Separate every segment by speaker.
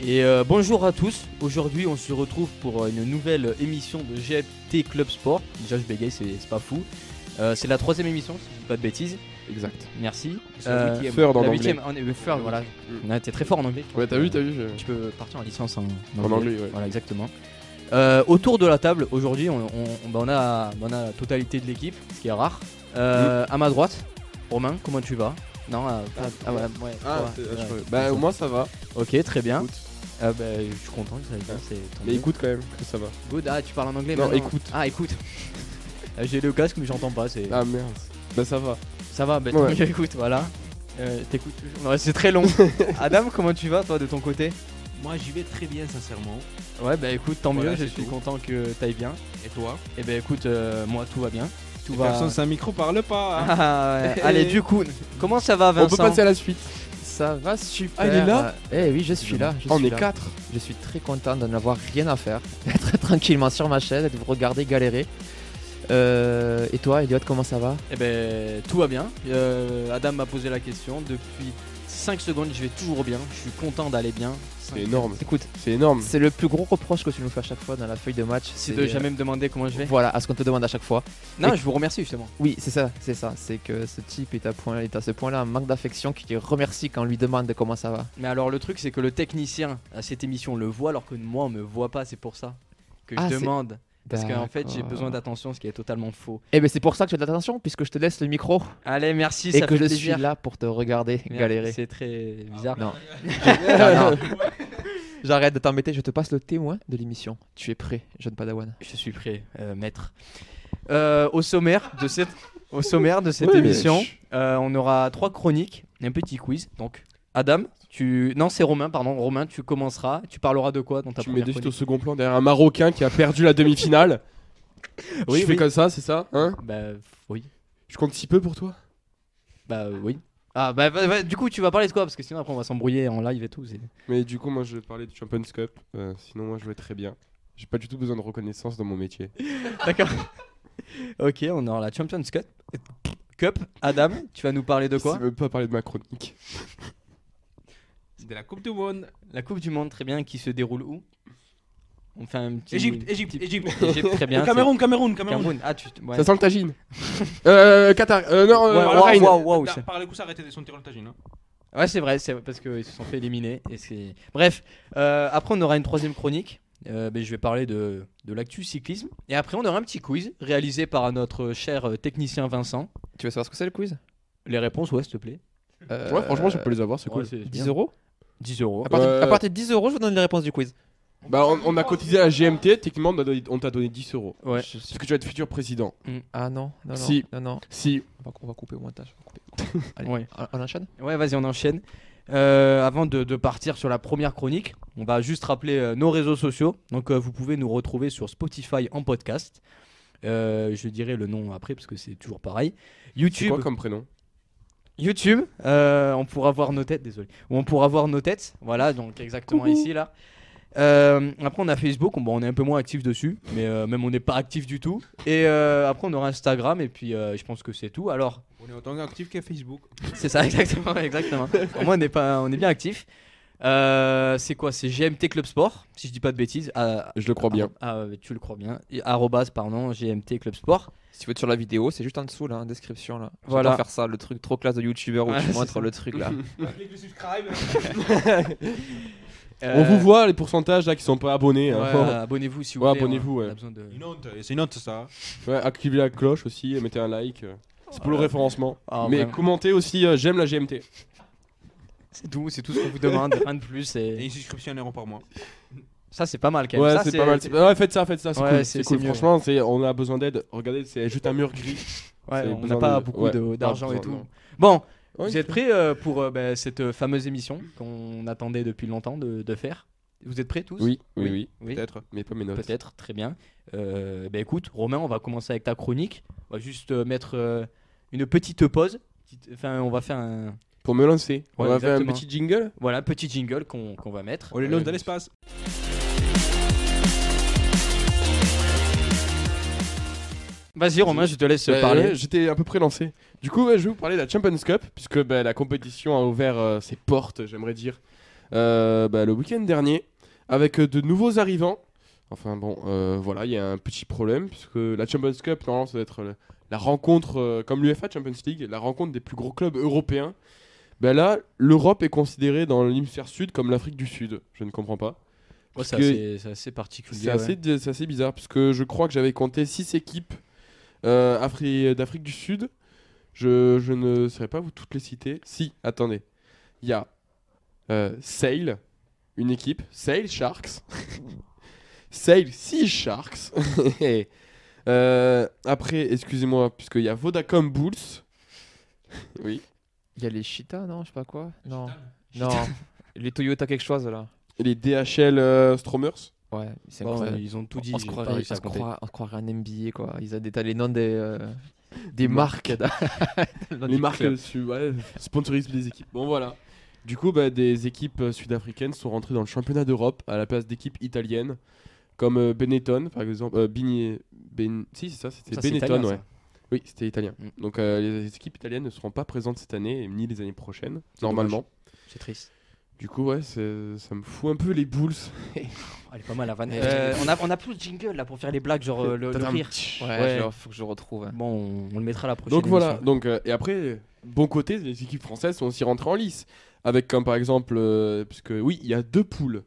Speaker 1: Et euh, bonjour à tous. Aujourd'hui, on se retrouve pour euh, une nouvelle émission de GFT Club Sport. Déjà, je bégaye, c'est c'est pas fou. Euh, c'est la troisième émission, si je dis pas de bêtises.
Speaker 2: Exact.
Speaker 1: Merci.
Speaker 2: C'est la huitième. Third en
Speaker 1: Euh, la
Speaker 2: anglais.
Speaker 1: huitième, on est le third, voilà. Ouais, T'es très fort en anglais.
Speaker 2: Ouais, t'as vu, t'as vu.
Speaker 1: Tu peux partir en licence en,
Speaker 2: En anglais, ouais.
Speaker 1: Voilà, exactement. Euh, autour de la table, aujourd'hui, on, on- bah, on a, bah, on a la totalité de l'équipe, ce qui est rare.
Speaker 2: Mm.
Speaker 1: Euh, À ma droite, Romain, comment tu vas Non, euh, pas-
Speaker 2: Ah,
Speaker 1: ah, ouais, ouais,
Speaker 2: Ah,
Speaker 1: ouais,
Speaker 2: t'es- ah, je
Speaker 1: ouais.
Speaker 2: crois- bah au moins ça va.
Speaker 1: Ok, très bien.
Speaker 2: Écoute.
Speaker 1: Ah, bah, je suis content que ça aille bien, c'est tant
Speaker 2: Hein Mais
Speaker 1: mieux.
Speaker 2: écoute quand même que ça va.
Speaker 1: Good, ah, tu parles en anglais
Speaker 2: Non,
Speaker 1: maintenant.
Speaker 2: écoute.
Speaker 1: Ah, écoute. Ah, J'ai le casque, mais j'entends pas. C'est...
Speaker 2: Ah merde. Bah ça va.
Speaker 1: Ça va, ben,
Speaker 2: Ouais.
Speaker 1: écoute, voilà. Euh, t'écoutes toujours. Ouais, c'est très long. Adam, comment tu vas, toi, de ton côté
Speaker 3: Moi j'y vais très bien sincèrement.
Speaker 1: Ouais, bah écoute, tant
Speaker 3: Voilà,
Speaker 1: mieux, je
Speaker 3: c'est
Speaker 1: suis
Speaker 3: tout.
Speaker 1: content que t'ailles bien.
Speaker 3: Et toi
Speaker 1: Et ben écoute, euh, moi, tout va bien. Tout va.
Speaker 4: Bah, Personne, c'est un micro, parle pas. hein.
Speaker 1: Ah, ouais. Allez, du coup, comment ça va, Vincent
Speaker 2: On peut passer à la suite.
Speaker 5: Ça va super.
Speaker 2: Ah, il est là
Speaker 5: Eh oui, je suis là. Je
Speaker 2: Ah, on
Speaker 5: suis
Speaker 2: est
Speaker 5: là.
Speaker 2: quatre.
Speaker 5: Je suis très content de n'avoir rien à faire, d'être tranquillement sur ma chaise et de vous regarder galérer. Euh, et toi, Elliot, comment ça va
Speaker 1: Eh ben, tout va bien. Euh, Adam m'a posé la question. Depuis 5 secondes, je vais toujours bien. Je suis content d'aller bien.
Speaker 2: C'est énorme.
Speaker 5: Écoute,
Speaker 2: C'est énorme.
Speaker 5: c'est le plus gros reproche que tu nous fais à chaque fois dans la feuille de match.
Speaker 1: Mm. Si de jamais me demander comment je vais.
Speaker 5: Voilà, à ce qu'on te demande à chaque fois.
Speaker 1: Non, je vous remercie justement.
Speaker 5: Oui, c'est ça, c'est ça. C'est que ce type est à, point, est à ce point-là un manque d'affection qui te remercie quand on lui demande comment ça va.
Speaker 1: Mais alors le truc c'est que le technicien à cette émission le voit alors que moi on me voit pas, c'est pour ça que
Speaker 5: Ah,
Speaker 1: je
Speaker 5: c'est-
Speaker 1: demande. Parce qu'en fait j'ai
Speaker 5: D'accord.
Speaker 1: besoin d'attention, ce qui est totalement faux.
Speaker 5: Eh ben c'est pour ça que tu as de l'attention, puisque je te laisse le micro
Speaker 1: Allez merci,
Speaker 5: et
Speaker 1: ça
Speaker 5: que
Speaker 1: fait
Speaker 5: je
Speaker 1: plaisir.
Speaker 5: suis là pour te regarder
Speaker 1: Merde,
Speaker 5: galérer.
Speaker 1: C'est très bizarre.
Speaker 5: Non. Ah, non. J'arrête de t'embêter, je te passe le témoin de l'émission. Tu es prêt, jeune Padawan.
Speaker 1: Je suis prêt, euh, maître. Euh, au sommaire de cette, au sommaire de cette
Speaker 2: Oui, mais
Speaker 1: émission,
Speaker 2: chut.
Speaker 1: euh, on aura trois chroniques, un petit quiz. Donc Adam, tu, non c'est Romain, pardon, Romain, tu commenceras. Tu parleras de quoi dans ta
Speaker 2: Tu mets
Speaker 1: première
Speaker 2: des chutes au
Speaker 1: chronique
Speaker 2: second plan derrière un Marocain qui a perdu la demi-finale.
Speaker 1: Oui,
Speaker 2: je fais
Speaker 1: oui.
Speaker 2: comme ça, c'est ça Hein
Speaker 1: Bah oui.
Speaker 2: Je compte si peu pour toi
Speaker 1: Bah euh, oui. Ah bah, bah, bah, du coup tu vas parler de quoi parce que sinon après on va s'embrouiller en live et tout. c'est-
Speaker 2: Mais du coup, moi je vais parler du Champions Cup. Euh, sinon, moi je vais très bien. J'ai pas du tout besoin de reconnaissance dans mon métier.
Speaker 1: D'accord. ok, on aura la Champions Cup. Cup, Adam, tu vas nous parler de quoi
Speaker 2: Tu veux pas parler de ma chronique
Speaker 3: De la Coupe du Monde.
Speaker 1: La Coupe du Monde, très bien, qui se déroule où On fait un petit.
Speaker 3: Égypte, Égypte, Égypte.
Speaker 1: Égypte, très bien.
Speaker 3: Au Cameroun, Cameroun,
Speaker 1: c'est-
Speaker 3: Euh, Cameroun.
Speaker 1: Cameroun. Ah, tu. ouais.
Speaker 2: Ça sent le tagine. euh, Qatar. Euh, non, euh,
Speaker 1: Ouais,
Speaker 2: le
Speaker 1: waouh,
Speaker 2: Bahreïn.
Speaker 1: waouh, waouh,
Speaker 3: Par-
Speaker 1: c'est-
Speaker 3: Par les coups, arrêtez de sentir le tagine. hein.
Speaker 1: Ouais, c'est vrai, c'est parce qu'ils se sont fait éliminer. Et c'est- Bref, euh, après on aura une troisième chronique. Euh, ben, je vais parler de, de l'actu cyclisme. Et après on aura un petit quiz réalisé par notre cher euh, technicien Vincent.
Speaker 5: Tu veux savoir ce que c'est le quiz
Speaker 1: Les réponses, ouais, s'il te plaît.
Speaker 2: Ouais, franchement, je peux les avoir, c'est
Speaker 1: Ouais,
Speaker 2: cool.
Speaker 1: c'est- c'est
Speaker 5: 10
Speaker 1: bien.
Speaker 5: Euh, euros
Speaker 1: 10 euros.
Speaker 5: à partir,
Speaker 2: Euh,
Speaker 5: à partir de 10 euros, je vous donne les réponses du quiz.
Speaker 2: Bah, on, on a cotisé à la GMT. Techniquement, on t'a donné- on t'a donné 10 euros.
Speaker 1: Ouais.
Speaker 5: Je suis-
Speaker 2: Parce que tu vas être futur président.
Speaker 5: Ah non, non, non.
Speaker 2: Si.
Speaker 5: Non, non.
Speaker 2: Si.
Speaker 5: On va, on va couper au montage. on va couper. Allez,
Speaker 1: Ouais.
Speaker 5: on, on enchaîne
Speaker 1: Ouais, vas-y, on enchaîne. Euh, avant de, de partir sur la première chronique, on va juste rappeler euh, nos réseaux sociaux. Donc, euh, vous pouvez nous retrouver sur Spotify en podcast. Euh, je dirai le nom après parce que c'est toujours pareil.
Speaker 2: C'est
Speaker 1: YouTube,
Speaker 2: quoi comme prénom
Speaker 1: YouTube, euh, on pourra voir nos têtes, désolé. On pourra voir nos têtes, voilà, donc exactement ici là. Euh, après on a Facebook, on, bon, on est un peu moins actif dessus, mais euh, même on n'est pas actif du tout. Et euh, après on aura Instagram et puis euh, je pense que c'est tout. Alors
Speaker 3: On est autant actif qu'à Facebook.
Speaker 1: c'est ça, exactement, exactement. Au moins, on est, pas, on est bien actif. Euh, c'est quoi C'est GMT Club Sport, si je dis pas de bêtises. Ah,
Speaker 2: Je le crois bien.
Speaker 1: ah, ouais, tu le crois bien. Et Arrobase, pardon, GMT Club Sport.
Speaker 5: Si vous êtes sur la vidéo, c'est juste en dessous, là, en description. Là.
Speaker 1: Voilà.
Speaker 5: Voilà. faire ça, le truc trop classe de youtubeur où
Speaker 1: Ouais,
Speaker 5: tu
Speaker 1: c'est
Speaker 5: montres
Speaker 1: ça.
Speaker 5: le truc, là.
Speaker 3: Clique le subscribe.
Speaker 2: On vous voit les pourcentages là qui sont pas abonnés.
Speaker 1: Euh, ouais,
Speaker 2: hein.
Speaker 1: abonnez-vous si vous
Speaker 2: Ouais,
Speaker 1: voulez. on
Speaker 2: abonnez-vous,
Speaker 1: a
Speaker 2: ouais.
Speaker 1: besoin de-
Speaker 3: Une honte, c'est une honte ça.
Speaker 2: Ouais, activez la cloche aussi, et mettez un like. euh. C'est pour le référencement.
Speaker 1: Ah,
Speaker 2: Mais
Speaker 1: vraiment.
Speaker 2: commentez aussi, euh, j'aime la GMT.
Speaker 1: C'est tout, c'est tout ce qu'on vous demande, rien de plus.
Speaker 3: Et
Speaker 1: Et...
Speaker 3: une subscription à un euro par mois.
Speaker 1: Ça, c'est pas mal quand même.
Speaker 2: Ouais,
Speaker 1: Ça,
Speaker 2: c'est pas mal. c'est- Ouais, faites ça, faites ça, c'est
Speaker 1: Ouais,
Speaker 2: cool.
Speaker 1: c'est-
Speaker 2: C'est cool.
Speaker 1: c'est mieux.
Speaker 2: Franchement, c'est- on a besoin d'aide. Regardez, c'est juste un mur gris.
Speaker 1: Ouais,
Speaker 2: c'est
Speaker 1: on n'a
Speaker 2: besoin
Speaker 1: pas
Speaker 2: de-
Speaker 1: beaucoup
Speaker 2: ouais.
Speaker 1: de- d'argent
Speaker 2: Pas
Speaker 1: et tout.
Speaker 2: besoin,
Speaker 1: Bon,
Speaker 2: Ouais,
Speaker 1: vous êtes prêts euh, pour euh, bah, cette euh, fameuse émission qu'on attendait depuis longtemps de, de faire Vous êtes prêts tous
Speaker 2: Oui, oui, oui.
Speaker 1: Oui. Ah,
Speaker 3: Peut-être.
Speaker 2: Mais pas mes notes.
Speaker 1: Peut-être, très bien. Euh, bah écoute, Romain, on va commencer avec ta chronique. On va juste euh, mettre euh, une petite pause. Petite- Enfin, on va faire un
Speaker 2: Pour me lancer, on
Speaker 1: Ouais,
Speaker 2: va faire un
Speaker 1: exactement.
Speaker 2: petit jingle.
Speaker 1: voilà, petit jingle qu'on qu'on va mettre.
Speaker 3: On les lance dans l'espace.
Speaker 1: Vas-y, Romain, je te laisse
Speaker 2: Bah,
Speaker 1: parler.
Speaker 2: ouais, J'étais à peu près lancé. Du coup, ouais, je vais vous parler de la Champions Cup, puisque bah, la compétition a ouvert euh, ses portes, j'aimerais dire, euh, bah, le week-end dernier avec euh, de nouveaux arrivants. Enfin bon, euh, voilà, il y a un petit problème puisque la Champions Cup, normalement, ça doit être le- la rencontre, euh, comme l'UEFA Champions League, la rencontre des plus gros clubs européens. Bah là, l'Europe est considérée dans l'hémisphère sud comme l'Afrique du Sud. Je ne comprends pas.
Speaker 1: Ouais, c'est
Speaker 2: Parce que-
Speaker 1: assez, c'est assez particulier.
Speaker 2: C'est
Speaker 1: ouais.
Speaker 2: assez, di- c'est assez bizarre parce que je crois que j'avais compté 6 équipes euh, Afri- d'Afrique du Sud. Je, je ne saurais pas vous toutes les citer. Si, attendez. Il y a euh, Sale, une équipe. Sale Sharks. Sale Sea Sharks. Euh, après, excusez-moi, puisqu'il y a Vodacom Bulls. oui.
Speaker 5: Il y a les Cheetahs, non Je sais pas quoi. Non. Non. les Toyota quelque chose là.
Speaker 2: Les DHL euh, Stromers.
Speaker 5: Ouais, c'est
Speaker 1: Bon,
Speaker 5: incroyable.
Speaker 1: ils ont tout dit.
Speaker 5: On se
Speaker 1: j'ai pas
Speaker 5: croirait,
Speaker 1: réussi
Speaker 5: on
Speaker 1: à
Speaker 5: se
Speaker 1: compter.
Speaker 5: croirait- on se croirait un NBA quoi. Ils ont détaillé les noms des, euh, des marques. dans- dans
Speaker 2: les
Speaker 5: du
Speaker 2: marques
Speaker 1: euh,
Speaker 5: club.
Speaker 2: su- ouais, sponsorisent les équipes. Bon voilà. Du coup, bah, des équipes euh, sud-africaines sont rentrées dans le championnat d'Europe à la place d'équipes italiennes, comme euh, Benetton par exemple. Euh, Bini- Ben- Si c'est ça, c'était
Speaker 1: Ça, c'est
Speaker 2: Benetton,
Speaker 1: italien,
Speaker 2: ouais.
Speaker 1: ça.
Speaker 2: Oui, c'était italien.
Speaker 1: Mm.
Speaker 2: Donc euh, les, les équipes italiennes ne seront pas présentes cette année ni les années prochaines, normalement.
Speaker 1: C'est triste.
Speaker 2: Du coup, ouais, c'est- ça me fout un peu les boules.
Speaker 1: Oh, Elle est pas mal la vanne.
Speaker 5: Ouais.
Speaker 1: Euh, on, a, on a plus de jingle là pour faire les blagues, genre euh, le, le
Speaker 2: Tadam.
Speaker 1: rire.
Speaker 5: Ouais,
Speaker 1: Ouais.
Speaker 5: genre, faut que je retrouve. hein.
Speaker 1: Bon, on, on le mettra à la prochaine.
Speaker 2: Donc voilà,
Speaker 1: émission.
Speaker 2: donc, euh, et après, euh, bon côté, les équipes françaises sont aussi rentrées en lice. Avec comme par exemple, euh, puisque oui, il y a deux poules.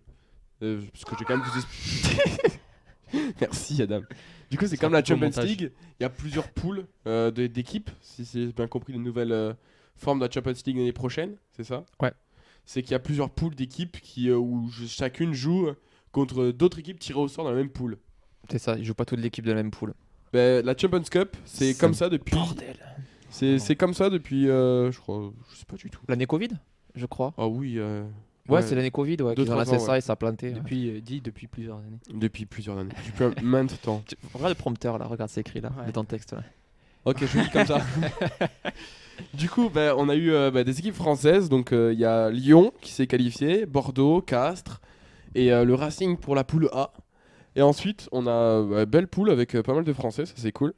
Speaker 2: Euh, parce que j'ai quand même vous expliquer. Merci Adam. Du coup, c'est
Speaker 1: Ça
Speaker 2: comme la
Speaker 1: coupe au
Speaker 2: Champions
Speaker 1: montage.
Speaker 2: League, il y a plusieurs poules euh, de- d'équipes, si j'ai bien compris les nouvelles euh, formes de la Champions League l'année prochaine, c'est ça
Speaker 5: Ouais.
Speaker 2: C'est qu'il y a plusieurs poules d'équipes qui euh, où je- chacune joue contre d'autres équipes tirées au sort dans la même poule.
Speaker 5: C'est ça, ils jouent pas toute l'équipe de la même poule.
Speaker 2: Ben, la Champions Cup, c'est
Speaker 5: Ça
Speaker 2: comme ça depuis
Speaker 5: Bordel.
Speaker 2: c'est c'est comme ça depuis, euh, je crois, je sais pas du tout.
Speaker 5: L'année Covid, je crois.
Speaker 2: Ah oui, euh,
Speaker 5: Ouais,
Speaker 2: Ouais.
Speaker 5: c'est l'année Covid, ouais.
Speaker 2: Deux,
Speaker 5: qu'ils ont
Speaker 2: trois
Speaker 5: lancé
Speaker 2: ans,
Speaker 5: ça et ça a planté. ouais.
Speaker 1: Depuis, euh, dit depuis plusieurs années.
Speaker 2: depuis plusieurs années, depuis un- maintes temps.
Speaker 5: Tu- Regarde le prompteur là, regarde, c'est écrit là,
Speaker 1: Ouais.
Speaker 5: dans ton texte là.
Speaker 2: Ok, je vous dis comme ça. du coup, ben, on a eu euh, ben, des équipes françaises, donc euh, il y a Lyon qui s'est qualifié, Bordeaux, Castres et euh, le Racing pour la poule A. Et ensuite, on a euh, belle poule avec euh, pas mal de Français, ça c'est cool.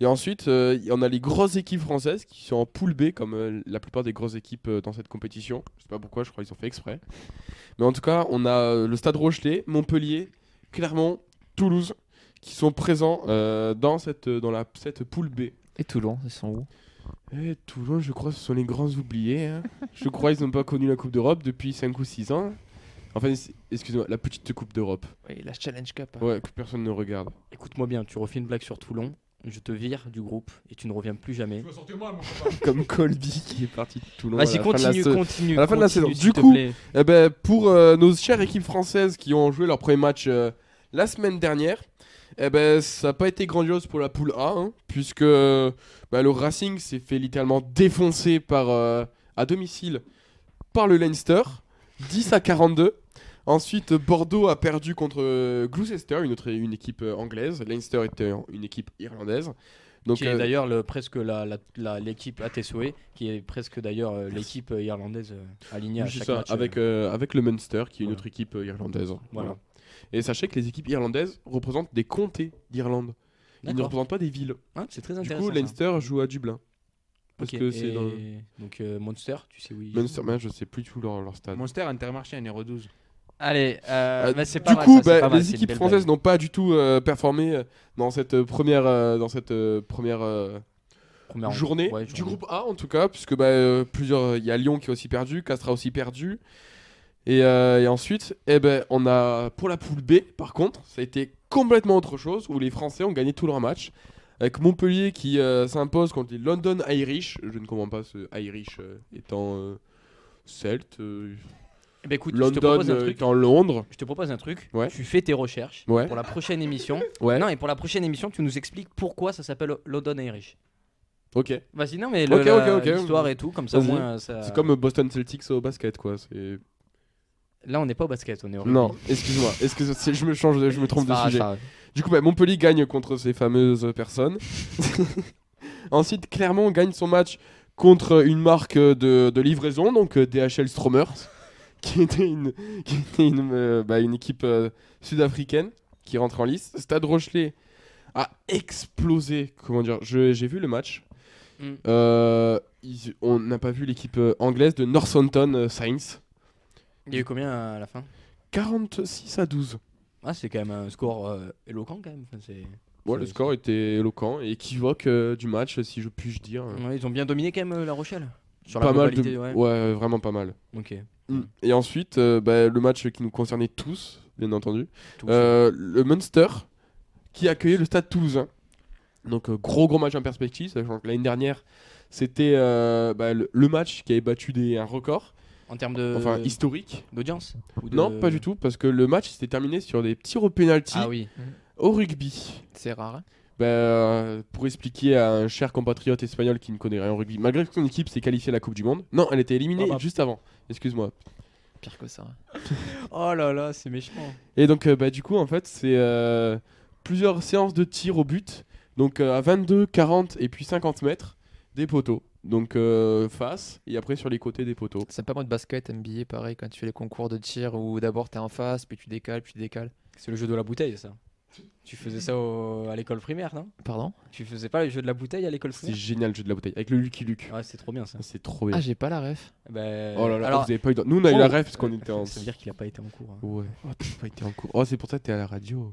Speaker 2: Et ensuite, euh, y- on a les grosses équipes françaises qui sont en poule B, comme euh, la plupart des grosses équipes euh, dans cette compétition. Je sais pas pourquoi, je crois qu'ils ont fait exprès. Mais en tout cas, on a euh, le Stade Rochelet, Montpellier, Clermont, Toulouse, qui sont présents euh, dans, cette, dans la, cette poule B.
Speaker 5: Et Toulon, ils sont où
Speaker 2: Eh, Toulon, je crois, ce sont les grands oubliés. hein. je crois qu'ils n'ont pas connu la Coupe d'Europe depuis 5 ou 6 ans. Enfin, c'est- excusez-moi, la petite Coupe d'Europe.
Speaker 5: Oui, la Challenge Cup. hein.
Speaker 1: Ah.
Speaker 2: Ouais, que personne ne regarde.
Speaker 1: Écoute-moi bien, tu refais une blague sur Toulon, je te vire du groupe et tu ne reviens plus jamais.
Speaker 3: vas sortir mal, mon copain.
Speaker 2: Comme Colby qui est parti de Toulon. à
Speaker 1: Vas-y,
Speaker 2: la fin de la
Speaker 1: continue,
Speaker 2: sa-
Speaker 1: continue.
Speaker 2: à la fin de la
Speaker 1: continue,
Speaker 2: saison.
Speaker 1: s'il
Speaker 2: Du
Speaker 1: te
Speaker 2: coup,
Speaker 1: plaît.
Speaker 2: Eh ben, pour euh, nos chères équipes françaises qui ont joué leur premier match euh, la semaine dernière, eh ben, ça n'a pas été grandiose pour la poule A, hein, puisque euh, bah, le Racing s'est fait littéralement défoncer par, euh, à domicile par le Leinster, 10 à 42. Ensuite, Bordeaux a perdu contre euh, Gloucester, une, autre, une équipe euh, anglaise. Leinster était en- une équipe irlandaise. Donc,
Speaker 1: qui est
Speaker 2: euh,
Speaker 1: d'ailleurs le- presque la- la- la- l'équipe à Tessoé, qui est presque d'ailleurs euh, l'équipe euh, irlandaise euh, alignée à
Speaker 2: Oui, c'est
Speaker 1: chaque
Speaker 2: ça,
Speaker 1: match. euh.
Speaker 2: avec, euh, avec le Munster, qui est une
Speaker 1: Voilà.
Speaker 2: autre équipe euh, irlandaise.
Speaker 1: Voilà.
Speaker 2: Et sachez que les équipes irlandaises représentent des comtés d'Irlande. Ils ne
Speaker 1: D'accord.
Speaker 2: représentent pas des villes.
Speaker 1: Hein, c'est très
Speaker 2: Du
Speaker 1: intéressant.
Speaker 2: coup,
Speaker 1: ça.
Speaker 2: Leinster joue à Dublin. Parce
Speaker 1: Ok,
Speaker 2: que c'est
Speaker 1: et
Speaker 2: dans.
Speaker 1: Donc, euh, Monster, tu sais où il
Speaker 2: Munster, mais je sais plus du tout leur, leur stade.
Speaker 3: Euh, Monster Intermarché, un Hero 12.
Speaker 1: Allez,
Speaker 2: Euh,
Speaker 1: mais c'est pas
Speaker 2: Du
Speaker 1: mal,
Speaker 2: coup,
Speaker 1: ça, c'est
Speaker 2: bah,
Speaker 1: pas mal, c'est
Speaker 2: les
Speaker 1: une
Speaker 2: équipes
Speaker 1: belle
Speaker 2: françaises
Speaker 1: blague.
Speaker 2: n'ont pas du tout euh, performé euh, dans cette euh, première, euh, dans cette euh, première euh,
Speaker 1: Première rencontre.
Speaker 2: journée
Speaker 1: Bah, Ouais,
Speaker 2: du groupe A en tout cas, puisque bah, euh, plusieurs, il y a Lyon qui a aussi perdu, Castres a aussi perdu, et, euh, et ensuite, eh ben, on a pour la poule B. Par contre, ça a été complètement autre chose où les Français ont gagné tous leurs matchs. Avec Montpellier qui euh, s'impose contre les London Irish. Je ne comprends pas ce Irish euh, étant euh, celte. euh,
Speaker 1: Eh ben, écoute, je te
Speaker 2: London
Speaker 1: propose un
Speaker 2: euh,
Speaker 1: truc.
Speaker 2: étant Londres.
Speaker 1: Je te propose un truc.
Speaker 2: Ouais.
Speaker 1: Tu fais tes recherches
Speaker 2: Ouais.
Speaker 1: pour la prochaine émission.
Speaker 2: Ouais.
Speaker 1: Non, et pour la prochaine émission, tu nous expliques pourquoi ça s'appelle London Irish.
Speaker 2: Ok.
Speaker 1: Vas-y, non, mais le-
Speaker 2: Ok,
Speaker 1: la-
Speaker 2: ok, ok.
Speaker 1: l'histoire et tout, comme ça, au
Speaker 2: Vas-y.
Speaker 1: moins, ça...
Speaker 2: C'est comme Boston Celtics au basket quoi. c'est-
Speaker 1: Là, on n'est pas au basket, on est au rugby.
Speaker 2: Non, excuse-moi. Est-ce que c'est- je me change, de- je me trompe
Speaker 5: C'est
Speaker 2: de
Speaker 5: pas grave,
Speaker 2: sujet.
Speaker 5: ça arrive.
Speaker 2: Du coup, bah, Montpellier gagne contre ces fameuses personnes. Ensuite, Clermont gagne son match contre une marque euh, de, de livraison, donc euh, DHL Stromers, qui était une, qui était une, euh, bah, une équipe euh, sud-africaine qui rentre en lice. Stade Rochelet a explosé. Comment dire je- J'ai vu le match.
Speaker 1: Mm.
Speaker 2: Euh, ils- on n'a pas vu l'équipe euh, anglaise de Northampton euh, Saints.
Speaker 1: Il y a eu combien à la fin
Speaker 2: 46 à 12.
Speaker 1: Ah, c'est quand même un score euh, éloquent quand même. Enfin, c'est-
Speaker 2: Ouais, le
Speaker 1: C'est-
Speaker 2: score était éloquent et équivoque euh, du match, si je puis dire.
Speaker 1: Ouais, ils ont bien dominé quand même euh, La Rochelle. Sur
Speaker 2: pas
Speaker 1: la
Speaker 2: mal de-
Speaker 1: globalité, ouais. Mm.
Speaker 2: ouais, vraiment pas mal.
Speaker 1: Ok.
Speaker 2: Et ensuite, euh, bah, le match qui nous concernait tous, bien entendu,
Speaker 1: Tout
Speaker 2: Euh, le Munster qui accueillait le Stade Toulousain. Donc euh, gros gros match en perspective, sachant que l'année dernière c'était euh, bah, le, le match qui avait battu des, un record,
Speaker 1: En termes de
Speaker 2: enfin historique.
Speaker 1: d'audience ou Euh, de-
Speaker 2: Non, pas du tout, parce que le match s'était terminé sur des petits au penalty
Speaker 1: Ah oui.
Speaker 2: au rugby.
Speaker 5: C'est rare. hein.
Speaker 2: Bah, euh, pour expliquer à un cher compatriote espagnol qui ne connaît rien au rugby, malgré que son équipe s'est qualifiée à la Coupe du Monde, non, elle était éliminée
Speaker 1: Ah bah.
Speaker 2: juste avant. Excuse-moi,
Speaker 5: Pire que ça. hein.
Speaker 1: Oh là là, c'est méchant.
Speaker 2: Et donc, euh, bah, du coup, en fait, c'est euh, plusieurs séances de tir au but. Donc, euh, à 22, 40 et puis 50 mètres, des poteaux. Donc, euh, face et après sur les côtés des poteaux.
Speaker 5: C'est pas moi de basket, NBA, pareil, quand tu fais les concours de tir où d'abord t'es en face, puis tu décales, puis tu décales.
Speaker 1: C'est le jeu de la bouteille ça. Tu faisais ça au- à l'école primaire, non
Speaker 5: Pardon
Speaker 1: Tu faisais pas le jeu de la bouteille à l'école
Speaker 2: C'est
Speaker 1: primaire
Speaker 2: génial le jeu de la bouteille avec le Lucky Luke.
Speaker 1: Ouais, c'est trop bien ça.
Speaker 2: C'est trop bien.
Speaker 5: Ah, j'ai pas la ref.
Speaker 1: Ben,
Speaker 2: oh là là,
Speaker 1: alors,
Speaker 2: vous avez pas eu de- Nous, on a eu la
Speaker 1: oh.
Speaker 2: rêve parce qu'on était en.
Speaker 1: ça veut dire qu'il a pas été en cours. hein.
Speaker 2: Ouais. Oh, t'as pas été en cours. Oh, c'est pour ça que t'es à la radio.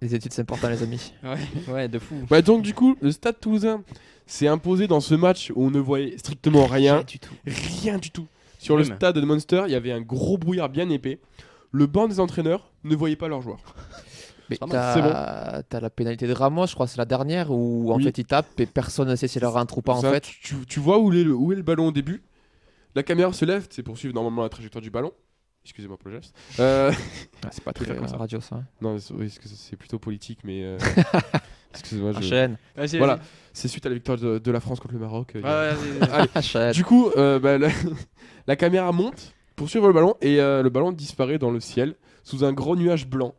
Speaker 5: Les études, c'est important, les amis.
Speaker 1: Ouais, hein. ouais, de fou.
Speaker 2: Bah, donc, du coup, le Stade Toulousain s'est imposé dans ce match où on ne voyait strictement rien.
Speaker 5: du tout.
Speaker 2: Rien du tout. Sur le
Speaker 1: Même.
Speaker 2: stade de Monster, il y avait un gros brouillard bien épais. Le banc des entraîneurs ne voyait pas leurs joueurs.
Speaker 5: Mais
Speaker 1: pas mal,
Speaker 5: t'as t'as la pénalité de Ramos, je crois, c'est la dernière où en
Speaker 2: Oui.
Speaker 5: fait il tape et personne ne sait s'il leur rentre ou pas en
Speaker 2: Ça,
Speaker 5: fait.
Speaker 2: Tu, tu vois où est, le, où est le ballon au début La caméra se lève, c'est pour suivre normalement la trajectoire du ballon. Excusez-moi pour le geste. Euh,
Speaker 5: Ah, c'est pas
Speaker 2: très,
Speaker 5: très
Speaker 2: euh,
Speaker 5: radio ça. hein.
Speaker 2: non, c'est- oui, parce que c'est plutôt politique, mais. euh, Excusez-moi, je-
Speaker 5: Enchaîne,
Speaker 1: Vas-y,
Speaker 2: Voilà,
Speaker 1: vas-y.
Speaker 2: c'est suite à la victoire de, de la France contre le Maroc. euh, il y a-
Speaker 1: Ouais, ouais, vas-y, vas-y.
Speaker 5: enchaîne.
Speaker 2: Du coup, euh, bah, la, la caméra monte pour suivre le ballon et euh, le ballon disparaît dans le ciel sous un gros nuage blanc.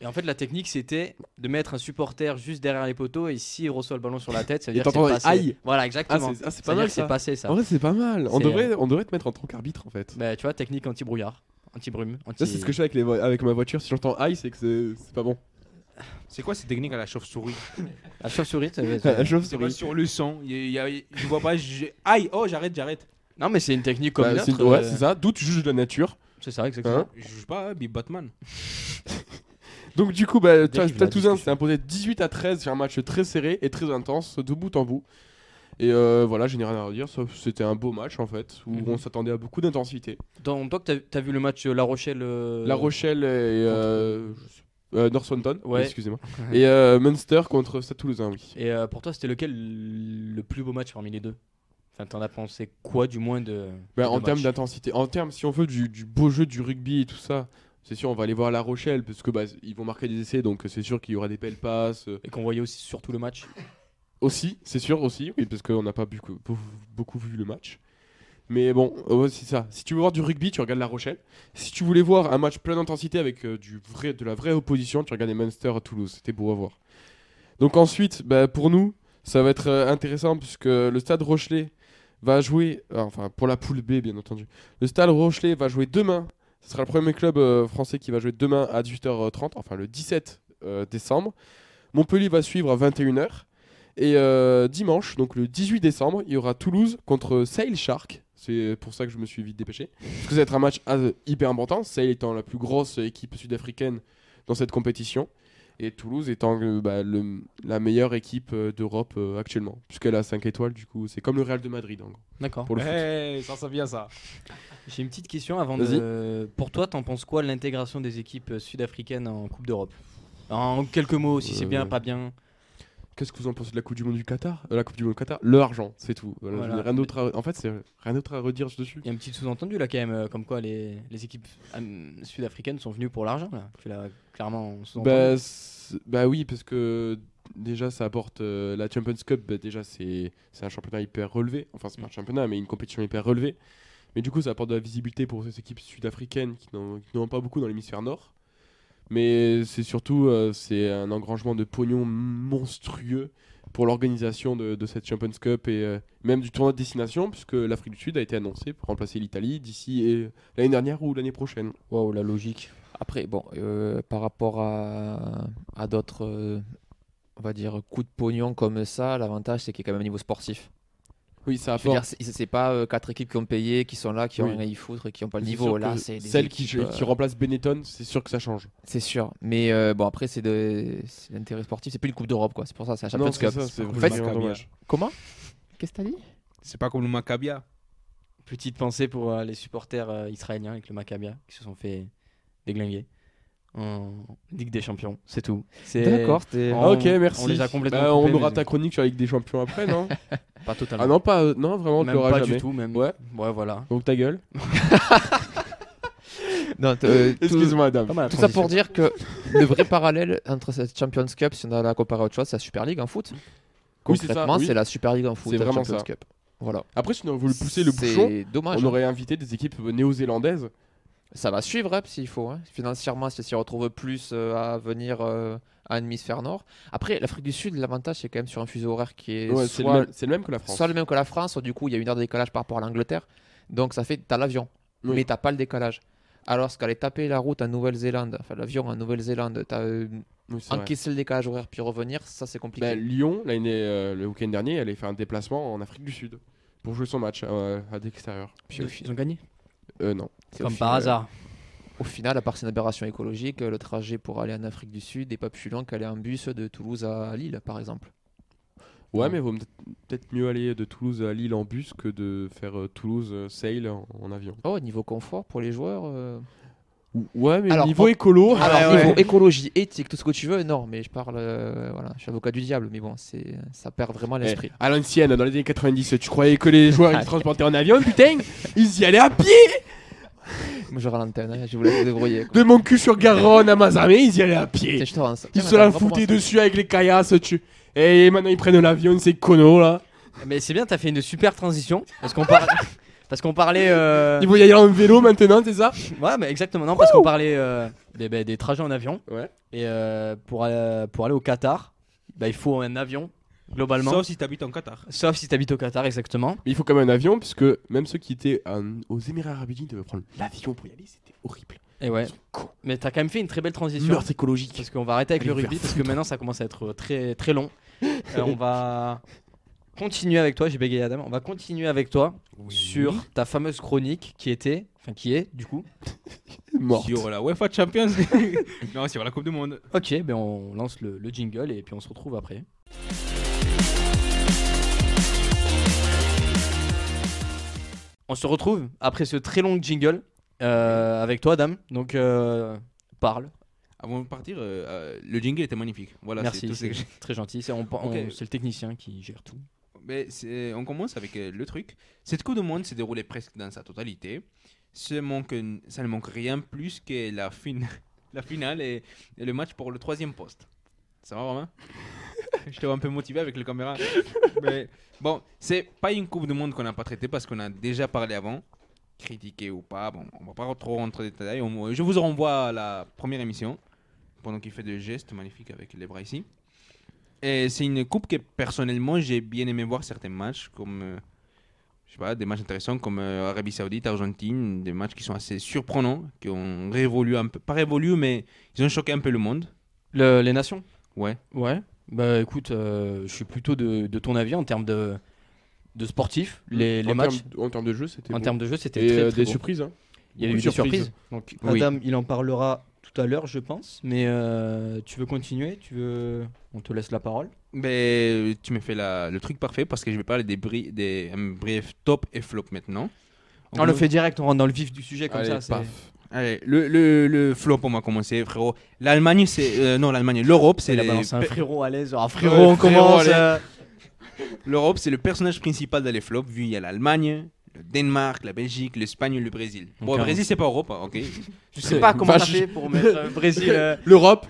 Speaker 1: Et en fait, la technique c'était de mettre un supporter juste derrière les poteaux et s'il reçoit le ballon sur la tête, ça veut
Speaker 2: Et
Speaker 1: dire que c'est
Speaker 2: t'entends,
Speaker 1: passé.
Speaker 2: aïe
Speaker 1: Voilà,
Speaker 2: Ah,
Speaker 1: exactement.
Speaker 2: c'est ah, c'est pas
Speaker 1: C'est-à-dire
Speaker 2: mal
Speaker 1: que c'est
Speaker 2: ça.
Speaker 1: passé ça.
Speaker 2: En vrai, c'est pas mal. On
Speaker 1: C'est, euh,
Speaker 2: devrait, on devrait te mettre en tant qu'arbitre en fait.
Speaker 1: Bah, tu vois, technique anti-brouillard, anti-brume, anti.
Speaker 2: Ça, c'est ce que je fais avec, les vo- avec ma voiture. Si j'entends aïe, c'est que c'est- c'est pas bon.
Speaker 3: C'est quoi cette technique à la chauve-souris
Speaker 1: La chauve-souris. ça-
Speaker 2: La
Speaker 1: ça-
Speaker 3: C'est pas
Speaker 2: chauve-souris.
Speaker 3: sur le sang. Il y a- il y a- je vois pas. j'ai- Aïe, oh, j'arrête, j'arrête.
Speaker 1: Non, mais c'est une technique comme
Speaker 2: Bah,
Speaker 1: une
Speaker 2: c'est-
Speaker 1: autre,
Speaker 2: ouais,
Speaker 1: euh,
Speaker 2: c'est ça. D'où tu juges la nature.
Speaker 1: C'est ça, exactement.
Speaker 2: Hein
Speaker 3: Je juge pas, hein, mais Batman.
Speaker 2: Donc, du coup, bah, tu vois,
Speaker 1: Dérive la
Speaker 2: Toulousain s'est
Speaker 1: discussion.
Speaker 2: imposé 18 à 13 sur un match très serré et très intense, de bout en bout. Et euh, voilà, j'ai rien à redire. sauf que C'était un beau match en fait, où
Speaker 1: Mhm.
Speaker 2: on s'attendait à beaucoup d'intensité.
Speaker 1: Dans, toi, que t'as- t'as vu le match euh, La Rochelle. euh,
Speaker 2: La Rochelle et. euh, je sais- euh, Northampton,
Speaker 1: Ouais.
Speaker 2: excusez-moi. et euh, Munster contre Stade Toulousain, oui.
Speaker 1: Et euh, pour toi, c'était lequel le plus beau match parmi les deux Enfin, t'en as pensé quoi du moins de.
Speaker 2: Bah,
Speaker 1: de
Speaker 2: en termes
Speaker 1: match
Speaker 2: d'intensité, en termes, si on veut, du, du beau jeu, du rugby et tout ça, c'est sûr, on va aller voir La Rochelle, parce que bah, ils vont marquer des essais, donc c'est sûr qu'il y aura des belles passes. euh,
Speaker 1: Et qu'on voyait aussi surtout le match.
Speaker 2: Aussi, c'est sûr, aussi, oui, parce qu'on n'a pas bu- beaucoup, beaucoup vu le match. Mais bon, euh, c'est ça. Si tu veux voir du rugby, tu regardes La Rochelle. Si tu voulais voir un match plein d'intensité avec euh, du vrai, de la vraie opposition, tu regardes les Munster à Toulouse. C'était beau à voir. Donc ensuite, bah, pour nous, ça va être euh, intéressant puisque le Stade Rochelet va jouer, euh, enfin pour la poule B bien entendu, le Stade Rochelet va jouer demain. Ce sera le premier club euh, français qui va jouer demain à 18h30, enfin le 17 euh, décembre. Montpellier va suivre à 21h. Et euh, dimanche, donc le 18 décembre, il y aura Toulouse contre Sale Shark. C'est pour ça que je me suis vite dépêché. Parce que ça va être un match euh, hyper important. Sale étant la plus grosse équipe sud-africaine dans cette compétition. Et Toulouse étant euh, bah, le- la meilleure équipe euh, d'Europe euh, actuellement. Puisqu'elle a 5 étoiles, du coup, c'est comme le Real de Madrid en gros,
Speaker 1: D'accord.
Speaker 2: pour le foot.
Speaker 3: Eh, ça, ça vient ça.
Speaker 1: J'ai une petite question avant de. Pour toi, t'en penses quoi de l'intégration des équipes euh, sud-africaines en Coupe d'Europe En quelques mots, si c'est bien,
Speaker 2: Euh,
Speaker 1: pas bien.
Speaker 2: Qu'est-ce que vous en pensez de la Coupe du Monde du Qatar Euh, La Coupe du Monde du Qatar Le argent, c'est tout. Voilà, je
Speaker 1: Voilà.
Speaker 2: n'ai rien d'autre à- En fait, c'est rien d'autre à redire dessus.
Speaker 1: Il y a un petit sous-entendu là quand même, euh, comme quoi les, les équipes hum, sud-africaines sont venues pour l'argent là. Tu l'as clairement sous-entendu.
Speaker 2: bah, c'est- bah oui, parce que déjà ça apporte euh, la Champions Cup, bah, déjà c'est c'est un championnat hyper relevé, enfin
Speaker 5: Mm.
Speaker 2: c'est pas un championnat mais une compétition hyper relevée. Mais du coup ça apporte de la visibilité pour ces équipes sud-africaines qui n'en qui n'en ont pas beaucoup dans l'hémisphère nord. Mais c'est surtout euh, c'est un engrangement de pognon monstrueux pour l'organisation de, de cette Champions Cup et euh, même du tournoi de destination puisque l'Afrique du Sud a été annoncée pour remplacer l'Italie d'ici et- l'année dernière ou l'année prochaine.
Speaker 5: Waouh, la logique. Après, bon, euh, par rapport à, à d'autres, euh, on va dire, coups de pognon comme ça, l'avantage c'est qu'il y a quand même un niveau sportif.
Speaker 2: Oui, ça
Speaker 5: Je veux
Speaker 2: apporte.
Speaker 5: dire, c'est c'est pas euh, quatre équipes qui ont payé, qui sont là, qui ont
Speaker 2: Oui.
Speaker 5: rien à y foutre, et qui ont pas le
Speaker 2: C'est
Speaker 5: niveau.
Speaker 2: sûr
Speaker 5: Là,
Speaker 2: que
Speaker 5: c'est des
Speaker 2: celle qui,
Speaker 5: équipes, euh,
Speaker 2: qui remplace Benetton, c'est sûr que ça change.
Speaker 5: C'est sûr. Mais euh, bon, après, c'est de c'est de l'intérêt sportif. C'est plus une Coupe d'Europe, quoi. C'est pour ça, c'est la Champions
Speaker 2: Non, c'est
Speaker 5: Cup.
Speaker 2: ça, c'est
Speaker 5: En
Speaker 2: vraiment
Speaker 5: fait,
Speaker 3: Maccabi.
Speaker 2: dommage.
Speaker 5: comment Qu'est-ce que t'as dit
Speaker 3: C'est pas comme le hein. Maccabia.
Speaker 1: Petite pensée pour euh, les supporters euh, israéliens avec le Maccabia qui se sont fait déglinguer en Ligue des Champions, c'est tout. C'est-
Speaker 5: D'accord,
Speaker 1: en-
Speaker 2: Ah, ok, merci.
Speaker 1: On les a complètement.
Speaker 2: Bah,
Speaker 1: coupés,
Speaker 2: on aura
Speaker 1: mais-
Speaker 2: ta chronique sur la Ligue des Champions après, non
Speaker 1: Pas
Speaker 2: Ah
Speaker 1: totalement.
Speaker 2: non, pas, euh, non vraiment, tu
Speaker 1: même
Speaker 2: l'auras
Speaker 1: pas
Speaker 2: jamais.
Speaker 1: du tout, même.
Speaker 2: Ouais.
Speaker 1: voilà.
Speaker 2: Donc ta gueule.
Speaker 5: Non, t- euh, tout-
Speaker 2: Excuse-moi, madame.
Speaker 1: Pas mal, la
Speaker 5: Tout ça
Speaker 1: transition.
Speaker 5: pour dire que le vrai parallèle entre cette Champions Cup, si on a la comparer à autre chose, c'est la Super League en foot.
Speaker 2: Oui, c'est ça,
Speaker 5: Concrètement,
Speaker 2: oui.
Speaker 5: c'est la Super League en foot.
Speaker 2: C'est
Speaker 5: la
Speaker 2: vraiment
Speaker 5: Champions
Speaker 2: ça.
Speaker 5: Cup. Voilà.
Speaker 2: Après, si on voulait pousser le bouchon,
Speaker 5: C'est dommage.
Speaker 2: on aurait invité des équipes néo-zélandaises.
Speaker 5: Ça va suivre, hein, s'il faut. hein. Financièrement, si s'y retrouve plus euh, à venir euh, à un hémisphère nord. Après, l'Afrique du Sud, l'avantage, c'est quand même sur un fuseau horaire qui est
Speaker 2: Ouais, c'est le,
Speaker 5: soit,
Speaker 2: même- c'est le même que la France.
Speaker 5: soit le même que la France, ou du coup, il y a une heure de décalage par rapport à l'Angleterre. Donc, ça fait, t'as l'avion,
Speaker 2: Oui.
Speaker 5: mais t'as pas le décalage. Alors, ce qu'allait taper la route en Nouvelle-Zélande, enfin l'avion en Nouvelle-Zélande, t'as euh,
Speaker 2: Oui, c'est vrai.
Speaker 5: encaissé le décalage horaire puis revenir, ça c'est compliqué.
Speaker 2: Bah, Lyon, l'année, euh, le week-end dernier, elle a fait un déplacement en Afrique du Sud pour jouer son match euh, à l'extérieur.
Speaker 5: Puis au, fi-
Speaker 1: Ils ont gagné.
Speaker 2: Euh, non.
Speaker 5: c'est au
Speaker 1: Comme
Speaker 5: fi-
Speaker 1: par
Speaker 5: euh,
Speaker 1: hasard.
Speaker 5: Au final, à part ces aberrations écologiques, euh, le trajet pour aller en Afrique du Sud est pas plus long qu'aller en bus de Toulouse à Lille, par exemple.
Speaker 2: Ouais,
Speaker 5: Ouais.
Speaker 2: mais vaut peut-être mieux aller de Toulouse à Lille en bus que de faire euh, Toulouse euh, Sale en, en avion.
Speaker 5: Oh, niveau confort pour les joueurs. euh,
Speaker 2: Ouais, mais
Speaker 5: Alors,
Speaker 2: niveau
Speaker 5: en- Ah
Speaker 2: écolo,
Speaker 5: Alors,
Speaker 3: ouais.
Speaker 5: niveau écologie, éthique, tout ce que tu veux, non, mais je parle. euh, voilà, je suis avocat du diable, mais bon, c'est ça perd vraiment
Speaker 2: eh,
Speaker 5: l'esprit.
Speaker 2: à l'ancienne, dans les années 90, tu croyais que les joueurs ils se transportaient en avion, putain Ils y allaient à pied
Speaker 5: Moi, je ralentène, hein, je vous laisse vous débrouiller. quoi.
Speaker 2: De mon cul sur Garonne à Mazamet, ils y allaient à pied
Speaker 5: Tiens, je te rends ça.
Speaker 2: Ils
Speaker 5: Tiens,
Speaker 2: se la
Speaker 5: madame,
Speaker 2: foutaient
Speaker 5: reprends-moi ça.
Speaker 2: dessus avec les caillasses, tu... Et maintenant ils prennent l'avion, ces connards là
Speaker 1: Mais c'est bien, t'as fait une super transition parce qu'on par- parce qu'on parlait. euh,
Speaker 2: Ils vont y aller en vélo maintenant, c'est ça
Speaker 1: Ouais, mais exactement. Non, parce qu'on parlait euh, des, ben, des trajets en avion.
Speaker 2: Ouais.
Speaker 1: Et euh, pour, aller- pour aller au Qatar, bah, il faut un avion, globalement. Sauf,
Speaker 3: Sauf si t'habites en Qatar.
Speaker 1: si t'habites au Qatar, exactement.
Speaker 2: Mais il faut quand même un avion, puisque même ceux qui étaient euh, aux Émirats Arabes Unis devaient prendre l'avion pour y aller, c'était horrible.
Speaker 1: Et ouais.
Speaker 2: Con.
Speaker 1: Mais t'as quand même fait une très belle transition.
Speaker 2: Meurtre écologique.
Speaker 1: Parce qu'on va arrêter avec
Speaker 2: Allez
Speaker 1: le
Speaker 2: vous faire
Speaker 1: rugby, parce que maintenant ça commence à être euh, très, très long. Euh, on va continuer avec toi, j'ai bégayé Adam. On va continuer avec toi sur ta fameuse chronique qui était, enfin qui est du coup.
Speaker 2: Mort.
Speaker 3: Sur la UEFA Champions. non, sur la Coupe du Monde.
Speaker 1: Ok, ben on lance le, le jingle et puis on se retrouve après. On se retrouve après ce très long jingle euh, avec toi, Adam. Donc euh, parle.
Speaker 3: Avant de partir, euh, euh, le jingle était magnifique. Voilà,
Speaker 1: Merci,
Speaker 3: c'est tout ce
Speaker 1: c'est
Speaker 3: que j'ai-
Speaker 1: très gentil. C'est on- on-
Speaker 3: Ok.
Speaker 1: c'est le technicien qui gère tout.
Speaker 3: Mais c'est- on commence avec euh, le truc. Cette Coupe du Monde s'est déroulée presque dans sa totalité. Ce manque, ça ne manque rien plus que la, fin- la finale et, et le match pour le troisième poste. Ça va vraiment Je te vois un peu motivé avec le caméra. Mais bon, c'est pas une Coupe du Monde qu'on n'a pas traitée parce qu'on a déjà parlé avant. Critiqué ou pas, bon, on va pas trop rentrer dans les détails. On- je vous renvoie à la première émission pendant qu'il fait des gestes magnifiques avec les bras ici. Et Euh, c'est une coupe que personnellement j'ai bien aimé voir certains matchs comme euh, je sais pas des matchs intéressants comme euh, Arabie Saoudite, Argentine, des matchs qui sont assez surprenants, qui ont révolu un peu, pas révolu mais ils ont choqué un peu le monde.
Speaker 1: Le- les nations.
Speaker 3: Ouais.
Speaker 1: Ouais, bah écoute, euh, je suis plutôt de, de ton avis en termes de, de sportif. Les, les
Speaker 2: Mmh. en
Speaker 1: matchs,
Speaker 2: termes- en termes de jeu, c'était
Speaker 1: en
Speaker 2: bon.
Speaker 1: termes de jeu, c'était
Speaker 2: Et
Speaker 1: très,
Speaker 2: euh,
Speaker 1: très
Speaker 2: des
Speaker 1: beau.
Speaker 2: surprises. hein.
Speaker 1: Il y a eu
Speaker 2: Beaucoup
Speaker 1: des
Speaker 2: de
Speaker 1: surprises.
Speaker 2: surprises.
Speaker 1: Donc,
Speaker 3: Oui.
Speaker 1: Adam, il en parlera tout à l'heure, je pense. Mais euh, tu veux continuer tu veux... On te laisse la parole.
Speaker 3: Mais euh, tu me fais la- le truc parfait parce que je vais parler des, bri- des un brief top et flop maintenant.
Speaker 1: On le fait direct, on rentre dans le vif du sujet comme
Speaker 2: Allez,
Speaker 1: ça. c'est-
Speaker 2: paf.
Speaker 3: Allez, le, le, le flop on va commencer frérot. L'Allemagne c'est euh, non l'Allemagne, l'Europe c'est
Speaker 1: Il a
Speaker 3: les-
Speaker 1: balancé un frérot à l'aise. Ah, frérot,
Speaker 2: Ouais,
Speaker 1: on
Speaker 2: frérot,
Speaker 1: commence.
Speaker 2: allez.
Speaker 1: euh.
Speaker 3: L'Europe, c'est le personnage principal dans les flops, vu il y a l'Allemagne, le Danemark, la Belgique, l'Espagne, le Brésil.
Speaker 1: Donc,
Speaker 3: Bon, le
Speaker 1: un-
Speaker 3: Brésil, c'est pas Europe, hein, ok.
Speaker 1: Je sais pas comment
Speaker 2: Vache.
Speaker 1: t'as fait pour mettre euh, Brésil. euh,
Speaker 2: L'Europe,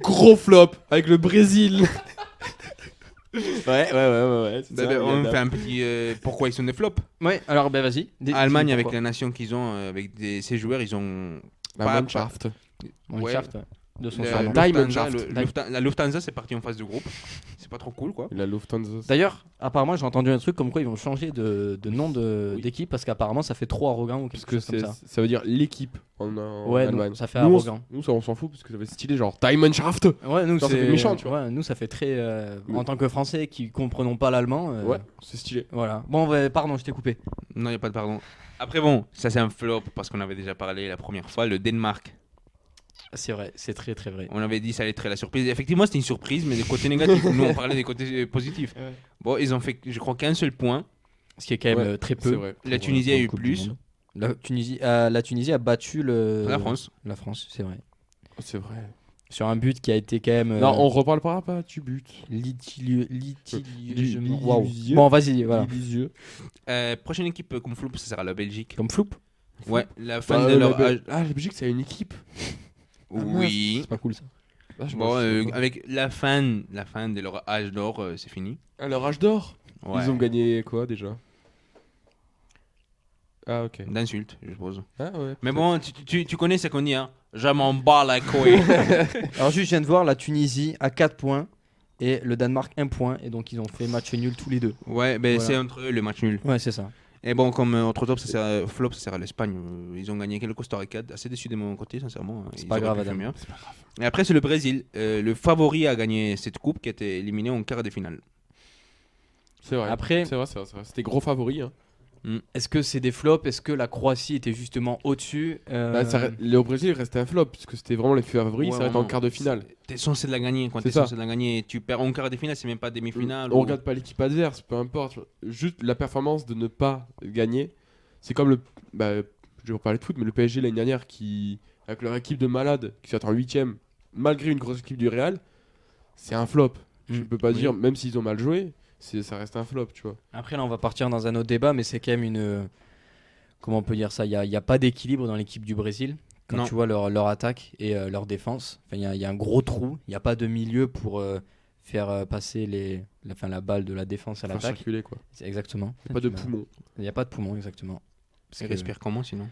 Speaker 2: gros flop avec le Brésil. ouais, ouais, ouais, ouais. ouais, c'est
Speaker 3: Bah,
Speaker 2: ça,
Speaker 3: bah, on
Speaker 2: regarde.
Speaker 3: fait un petit euh, pourquoi ils sont des flops.
Speaker 1: Ouais, alors ben vas-y. Dis-
Speaker 3: Allemagne,
Speaker 1: dis-nous
Speaker 3: avec
Speaker 1: pourquoi.
Speaker 3: la nation qu'ils ont, euh, avec des- ces joueurs, ils ont.
Speaker 2: La
Speaker 3: pas-
Speaker 2: Mannschaft.
Speaker 1: Mon
Speaker 3: ouais.
Speaker 1: shaft, ouais, De son
Speaker 3: Le-
Speaker 1: surnom.
Speaker 2: taille
Speaker 3: Lufthansa,
Speaker 2: Mannschaft.
Speaker 3: le- Lufta- La Lufthansa, c'est parti en phase de groupe. C'est c'est pas trop cool quoi.
Speaker 2: La Lufthansa.
Speaker 1: D'ailleurs, apparemment, j'ai entendu un truc comme quoi ils vont changer de, de nom de-
Speaker 2: Oui.
Speaker 1: d'équipe parce qu'apparemment ça fait trop arrogant ou
Speaker 2: Parce
Speaker 1: quelque
Speaker 2: que
Speaker 1: chose comme
Speaker 2: c'est-
Speaker 1: ça.
Speaker 2: ça veut dire l'équipe en, en
Speaker 1: Ouais,
Speaker 2: Allemagne.
Speaker 1: nous, ça fait
Speaker 2: Nous, on s-
Speaker 1: arrogant.
Speaker 2: Nous, ça, on s'en fout parce que ça fait stylé, genre Diamondschaft.
Speaker 1: Ouais, nous,
Speaker 2: Genre, ça
Speaker 1: c'est
Speaker 2: fait méchant, tu
Speaker 1: ouais, nous, ça fait très. euh,
Speaker 2: Oui.
Speaker 1: En tant que Français qui comprenons pas l'allemand. euh,
Speaker 2: Ouais, c'est stylé.
Speaker 1: Voilà. Bon, ouais, pardon, je t'ai coupé.
Speaker 3: Non, il a pas de pardon. Après, bon, ça c'est un flop parce qu'on avait déjà parlé la première fois, le Danemark.
Speaker 1: Ah, C'est vrai, c'est très très vrai.
Speaker 3: On avait dit ça allait être la surprise. Et effectivement, c'était une surprise, mais des côtés négatifs. Nous, on parlait des côtés euh, positifs.
Speaker 2: Ouais.
Speaker 3: Bon, ils ont fait, je crois, qu'un seul point.
Speaker 1: Ce qui est quand même
Speaker 2: Ouais,
Speaker 1: euh, très peu.
Speaker 2: C'est vrai.
Speaker 3: La Tunisie a eu
Speaker 1: Coupe du
Speaker 3: plus. Euh,
Speaker 1: Monde. La Tunisie, euh, la Tunisie a battu le...
Speaker 3: La France.
Speaker 1: La France, c'est vrai.
Speaker 2: Oh, C'est vrai.
Speaker 1: Sur un but qui a été quand même. euh,
Speaker 2: Non, on reparle pas, pas tu butes.
Speaker 1: litigieux-
Speaker 2: Li-
Speaker 1: litigieux-
Speaker 2: li-
Speaker 1: Waouh.
Speaker 2: lisieux.
Speaker 1: Bon, vas-y, voilà.
Speaker 2: Délicieux.
Speaker 3: Euh, prochaine équipe euh, comme flop, ça sera la Belgique.
Speaker 1: Comme floupe.
Speaker 3: Ouais, la
Speaker 2: Bah,
Speaker 3: fin de
Speaker 2: euh,
Speaker 3: leur.
Speaker 2: la Be- Ah, la Belgique, c'est une équipe.
Speaker 1: Ah,
Speaker 3: Oui.
Speaker 1: C'est pas cool ça.
Speaker 2: Ah, je-
Speaker 3: Bon,
Speaker 2: je-
Speaker 3: euh, avec la fin, la fin de leur âge d'or, euh, c'est fini.
Speaker 2: À Ah, leur âge d'or.
Speaker 3: Ouais.
Speaker 2: Ils ont gagné quoi déjà Ah, ok.
Speaker 3: D'insultes, je suppose.
Speaker 2: Ah, ouais.
Speaker 3: Mais bon, tu, tu, tu connais ce qu'on dit, hein. Je m'en bats la couille.
Speaker 1: Alors, juste, je viens de voir la Tunisie à 4 points et le Danemark 1 point. Et donc, ils ont fait match nul tous les deux.
Speaker 3: ouais, ben
Speaker 1: Voilà.
Speaker 3: c'est entre eux le match nul.
Speaker 1: Ouais, c'est ça.
Speaker 3: Et bon, comme euh, entre top, ça sert, euh, flop, ça sert à l'Espagne. Euh, Ils ont gagné quelques Costa Rica, assez déçu de mon côté, sincèrement. hein.
Speaker 1: C'est
Speaker 3: Ils
Speaker 1: pas
Speaker 3: auraient
Speaker 1: grave,
Speaker 3: pu faire
Speaker 1: Adam.
Speaker 3: mieux. Et après, c'est le Brésil, euh, le favori à gagner cette coupe qui a été éliminé en quart de finale.
Speaker 2: C'est vrai.
Speaker 1: Après-
Speaker 2: c'est vrai, c'est vrai, c'est vrai. C'était gros favori. hein.
Speaker 1: Est-ce que c'est des flops Est-ce que la Croatie était justement au-dessus Euh,
Speaker 2: Bah, ça re- le Brésil restait un flop parce que c'était vraiment les favoris.
Speaker 3: Ouais,
Speaker 2: ça reste en
Speaker 3: vraiment.
Speaker 2: quart de finale.
Speaker 3: T'es censé de la gagner quand
Speaker 2: C'est
Speaker 3: t'es
Speaker 2: ça.
Speaker 3: censé de la gagner. Tu perds en quart de finale, c'est même pas demi-finale.
Speaker 2: On
Speaker 3: ou-
Speaker 2: regarde pas l'équipe adverse, peu importe. Juste la performance de ne pas gagner. C'est comme le. Bah, je vais vous parler de foot, mais le PSG l'année dernière, qui, avec leur équipe de malades, qui s'attend en 8 malgré une grosse équipe du Real, c'est un flop. Je
Speaker 1: Mm.
Speaker 2: peux pas
Speaker 1: Oui.
Speaker 2: dire, même s'ils ont mal joué, c'est- ça reste un flop, tu vois.
Speaker 1: Après, là, on va partir dans un autre débat, mais c'est quand même une. Comment on peut dire ça Il n'y a, il y a pas d'équilibre dans l'équipe du Brésil. Quand
Speaker 3: Non.
Speaker 1: tu vois leur, leur attaque et euh, leur défense, Enfin, il y, a- il y a un gros trou. Il n'y a pas de milieu pour euh, faire euh, passer les, la, enfin, la balle de la défense à
Speaker 2: Faire
Speaker 1: l'attaque.
Speaker 2: circuler, quoi.
Speaker 1: C'est Exactement.
Speaker 2: Y a Pas de
Speaker 1: Bah,
Speaker 2: poumon.
Speaker 1: Il n'y a pas de poumon, exactement. euh, Parce
Speaker 3: Ils
Speaker 1: que-
Speaker 3: respirent comment sinon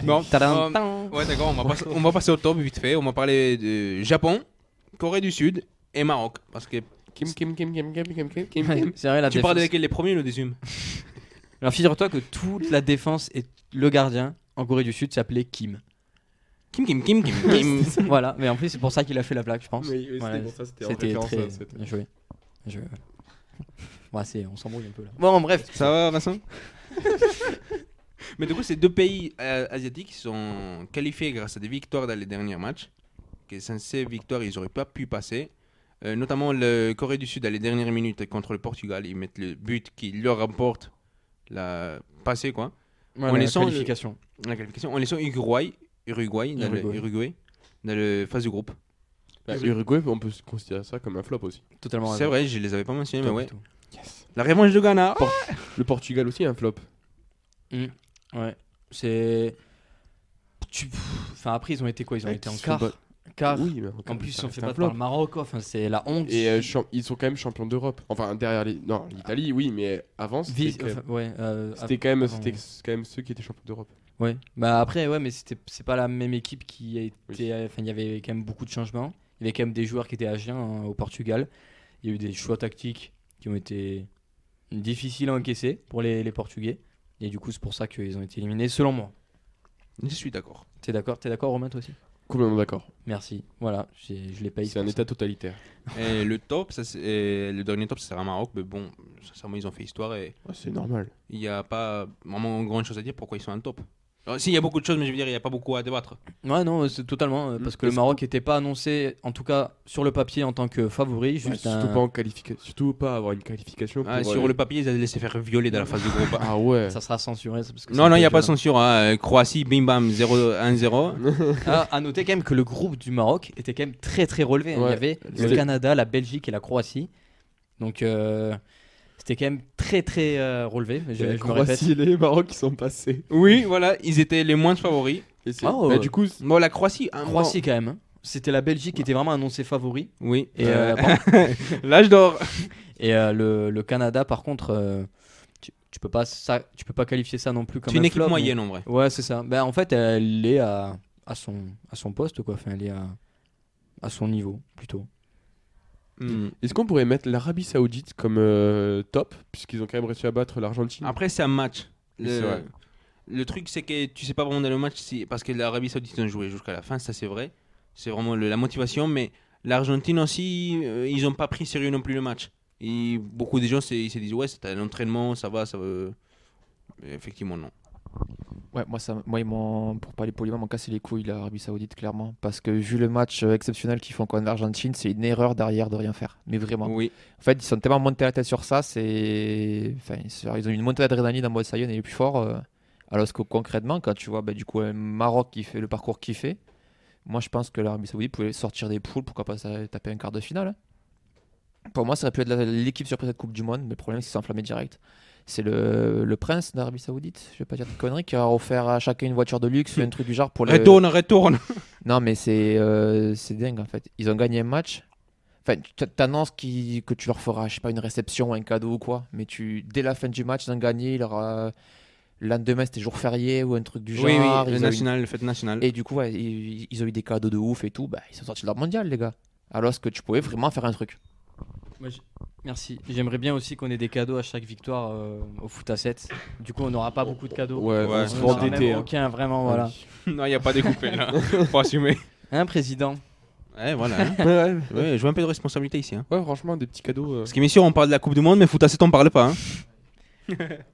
Speaker 1: Tadam,
Speaker 3: Euh,
Speaker 1: tadam.
Speaker 3: Ouais, d'accord, on, va passer- on va passer au top vite fait. On va parler de Japon, Corée du Sud et Maroc. Parce que
Speaker 2: Kim, Kim, Kim, Kim, Kim, Kim, Kim, Kim,
Speaker 1: Ouais,
Speaker 2: Kim.
Speaker 1: C'est vrai, la
Speaker 3: tu
Speaker 1: défense.
Speaker 3: parles de laquelle les premiers ou le deuxième
Speaker 1: Alors, figure-toi que toute la défense et le gardien en Corée du Sud s'appelait Kim.
Speaker 3: Kim, Kim, Kim, Kim, Kim.
Speaker 1: voilà, mais en plus, c'est pour ça qu'il a fait la plaque, je pense.
Speaker 2: Mais- mais c'était
Speaker 1: Voilà,
Speaker 2: pour ça, c'était en
Speaker 1: C'était
Speaker 2: référence
Speaker 1: très
Speaker 2: à cette-
Speaker 1: bien joué. Je... Ouais, c'est- on s'embrouille un peu là. Bon, bref.
Speaker 3: Ça va, Vincent Mais du coup, ces deux pays euh, asiatiques qui sont qualifiés grâce à des victoires dans les derniers matchs. Que sans ces victoires, ils n'auraient pas pu passer. Euh, notamment le Corée du Sud, à les dernières minutes contre le Portugal, ils mettent le but qui leur remporte la passée, quoi.
Speaker 1: Voilà,
Speaker 3: On les
Speaker 1: la
Speaker 3: sent,
Speaker 1: qualification.
Speaker 3: La qualification. En laissant Uruguay, Uruguay, dans
Speaker 1: Uruguay.
Speaker 3: le Uruguay, dans le phase du groupe.
Speaker 2: Bah, Uruguay, on peut se considérer ça comme un flop aussi.
Speaker 1: Totalement
Speaker 3: C'est
Speaker 1: raison.
Speaker 3: vrai, je les avais pas mentionnés, mais
Speaker 1: Top
Speaker 3: ouais.
Speaker 1: et tout.
Speaker 3: La revanche de Ghana.
Speaker 2: Por- Le Portugal aussi, un flop.
Speaker 1: Ouais. C'est. Tu- pff, Enfin, après, ils ont été quoi Ils ont
Speaker 2: Ouais,
Speaker 1: été
Speaker 2: ils
Speaker 1: en
Speaker 2: se
Speaker 1: quart.
Speaker 2: font
Speaker 1: Quart.
Speaker 2: Oui, mais
Speaker 1: Ah. En
Speaker 2: encore,
Speaker 1: plus, ils
Speaker 2: ça
Speaker 1: se sont
Speaker 2: reste
Speaker 1: fait
Speaker 2: un
Speaker 1: battre
Speaker 2: flop.
Speaker 1: par le Maroc, quoi. Enfin, c'est la honte.
Speaker 2: Et euh, champ- ils sont quand même champions d'Europe. Enfin, derrière les. Non, l'Italie, oui, mais avant, c'était
Speaker 1: Vis-
Speaker 2: quand même-
Speaker 1: enfin, ouais, euh,
Speaker 2: c'était quand, même-
Speaker 1: avant,
Speaker 2: c'était
Speaker 1: ouais.
Speaker 2: quand même ceux qui étaient champions d'Europe.
Speaker 1: Ouais. Bah après, ouais, mais c'était c'est pas la même équipe qui a été.
Speaker 2: Oui.
Speaker 1: euh, Enfin, il y avait quand même beaucoup de changements. Il y avait quand même des joueurs qui étaient âgés hein, au Portugal. Il y a eu des choix tactiques qui ont été difficiles à encaisser pour les, les Portugais. Et du coup, c'est pour ça qu'ils ont été éliminés, selon moi.
Speaker 3: Je suis d'accord.
Speaker 1: T'es d'accord T'es d'accord, Romain, toi aussi
Speaker 2: Complètement d'accord.
Speaker 1: Merci. Voilà, j'ai- je les paye.
Speaker 2: C'est un état totalitaire.
Speaker 3: Et le top, ça, c'est- et le dernier top, ça sera Maroc, mais bon, sincèrement, ils ont fait histoire et
Speaker 2: c'est normal.
Speaker 3: il n'y a pas vraiment grand chose à dire pourquoi ils sont en top. Alors, si, il y a beaucoup de choses, mais je veux dire, il n'y a pas beaucoup à débattre.
Speaker 1: Ouais, non, c'est totalement. euh,
Speaker 2: Mm.
Speaker 1: Parce que le
Speaker 2: Parce
Speaker 1: Maroc n'était pas annoncé, en tout cas sur le papier, en tant que favori. Juste un-
Speaker 2: surtout, pas en qualifica- surtout pas avoir une qualification.
Speaker 3: Ah,
Speaker 2: pour,
Speaker 3: sur
Speaker 2: euh,
Speaker 3: le papier, ils allaient se faire violer dans la phase du groupe.
Speaker 2: Ah ouais.
Speaker 1: Ça sera censuré. ça, parce que c'est
Speaker 3: non, non, il n'y a pas de
Speaker 1: violent.
Speaker 3: censure. hein. Croatie, bim bam, 0-1-0.
Speaker 1: Ah, à noter quand même que le groupe du Maroc était quand même très très relevé. hein. Il
Speaker 2: Ouais.
Speaker 1: y avait le
Speaker 2: C'était-
Speaker 1: Canada, la Belgique et la Croatie. Donc euh, c'était quand même très très euh, relevé. Je,
Speaker 2: Il y a
Speaker 1: je
Speaker 2: la
Speaker 1: me répète.
Speaker 2: Croatie et les Maroc qui sont passés.
Speaker 3: Oui, voilà, ils étaient les moins favoris.
Speaker 2: Et c'est-
Speaker 1: Ah, ouais.
Speaker 2: Bah, du coup,
Speaker 3: Bon, la Croatie, un
Speaker 1: Croatie quand même. hein. C'était la Belgique qui était vraiment annoncée favori.
Speaker 3: moment- Oui,
Speaker 1: Et, euh,
Speaker 3: Euh,
Speaker 1: par-
Speaker 3: l'âge d'or.
Speaker 1: et euh, le, le Canada, par contre, euh, tu, tu peux pas ça, tu peux pas qualifier ça non plus comme
Speaker 3: C'est une
Speaker 1: un
Speaker 3: équipe
Speaker 1: flop, mais-
Speaker 3: moyenne en vrai.
Speaker 1: Ouais, c'est ça. Ben, en fait, elle est à, à, son, à son poste, quoi. Enfin, elle est à, à son niveau, plutôt.
Speaker 3: Hmm.
Speaker 2: Est-ce qu'on pourrait mettre l'Arabie Saoudite comme euh, top, puisqu'ils ont quand même réussi à battre l'Argentine
Speaker 3: Après, c'est un match.
Speaker 2: Oui, c'est
Speaker 3: Le,
Speaker 2: vrai.
Speaker 3: le truc, c'est que tu sais pas vraiment dans le match si, parce que l'Arabie Saoudite ont joué jusqu'à la fin, ça c'est vrai. C'est vraiment le- la motivation, mais l'Argentine aussi, euh, ils ont pas pris sérieux non plus le match. Et beaucoup de gens se- ils se disent ouais, c'est un entraînement, ça va, ça va. Mais effectivement, non.
Speaker 5: Ouais, moi, ça, moi ils m'ont, pour parler poliment, m'ont cassé les couilles l'Arabie Saoudite, clairement. Parce que vu le match euh, exceptionnel qu'ils font contre l'Argentine, c'est une erreur derrière de rien faire. Mais vraiment.
Speaker 3: Oui.
Speaker 5: En fait, ils sont tellement montés la tête sur ça, c'est. Enfin, c'est- ils ont eu une montée d'adrénaline en mode ça y est, on est les plus forts. euh. Alors que concrètement, quand tu vois bah, du coup un Maroc qui fait le parcours qu'il fait, moi je pense que l'Arabie Saoudite pouvait sortir des poules, pourquoi pas ça- taper un quart de finale. hein. Pour moi, ça aurait pu être la- l'équipe surprise de cette Coupe du Monde, mais le problème c'est qu'ils s'est enflammé direct. C'est le, le prince d'Arabie Saoudite, je vais pas dire de conneries, qui a offert à chacun une voiture de luxe, un truc du genre pour le.
Speaker 3: Retourne, retourne.
Speaker 5: Non, mais c'est euh, c'est dingue en fait. Ils ont gagné un match. Enfin, tu t- t'annonces qui- que tu leur feras, je sais pas, une réception, un cadeau ou quoi. Mais tu, dès la fin du match, ils ont gagné. Leur, euh, le lendemain, c'était jour férié ou un truc du genre.
Speaker 3: oui, oui,
Speaker 5: ils
Speaker 3: le
Speaker 5: ont eu-
Speaker 3: national, le fête national.
Speaker 5: Et du coup, ouais, ils, ils ont eu des cadeaux de ouf et tout. Bah, ils sont sortis de leur mondial, les gars. Alors que tu pouvais vraiment faire un truc.
Speaker 1: Merci. J'aimerais bien aussi qu'on ait des cadeaux à chaque victoire euh, au foot à 7. Du coup, on n'aura pas beaucoup de cadeaux.
Speaker 2: Ouais,
Speaker 3: Ouais.
Speaker 2: on se
Speaker 1: On
Speaker 2: fait
Speaker 1: en aura
Speaker 2: endetter,
Speaker 1: même
Speaker 2: hein.
Speaker 1: aucun, vraiment, voilà.
Speaker 3: non, il n'y a pas découpé là. Faut assumer.
Speaker 1: Hein, président
Speaker 3: Ouais, voilà. hein.
Speaker 2: Ouais, ouais.
Speaker 3: Ouais, je veux un peu de responsabilité ici. hein.
Speaker 2: Ouais, franchement, des petits cadeaux. euh.
Speaker 3: Parce que, bien sûr, on parle de la Coupe du Monde, mais Fouta, on parle pas. hein.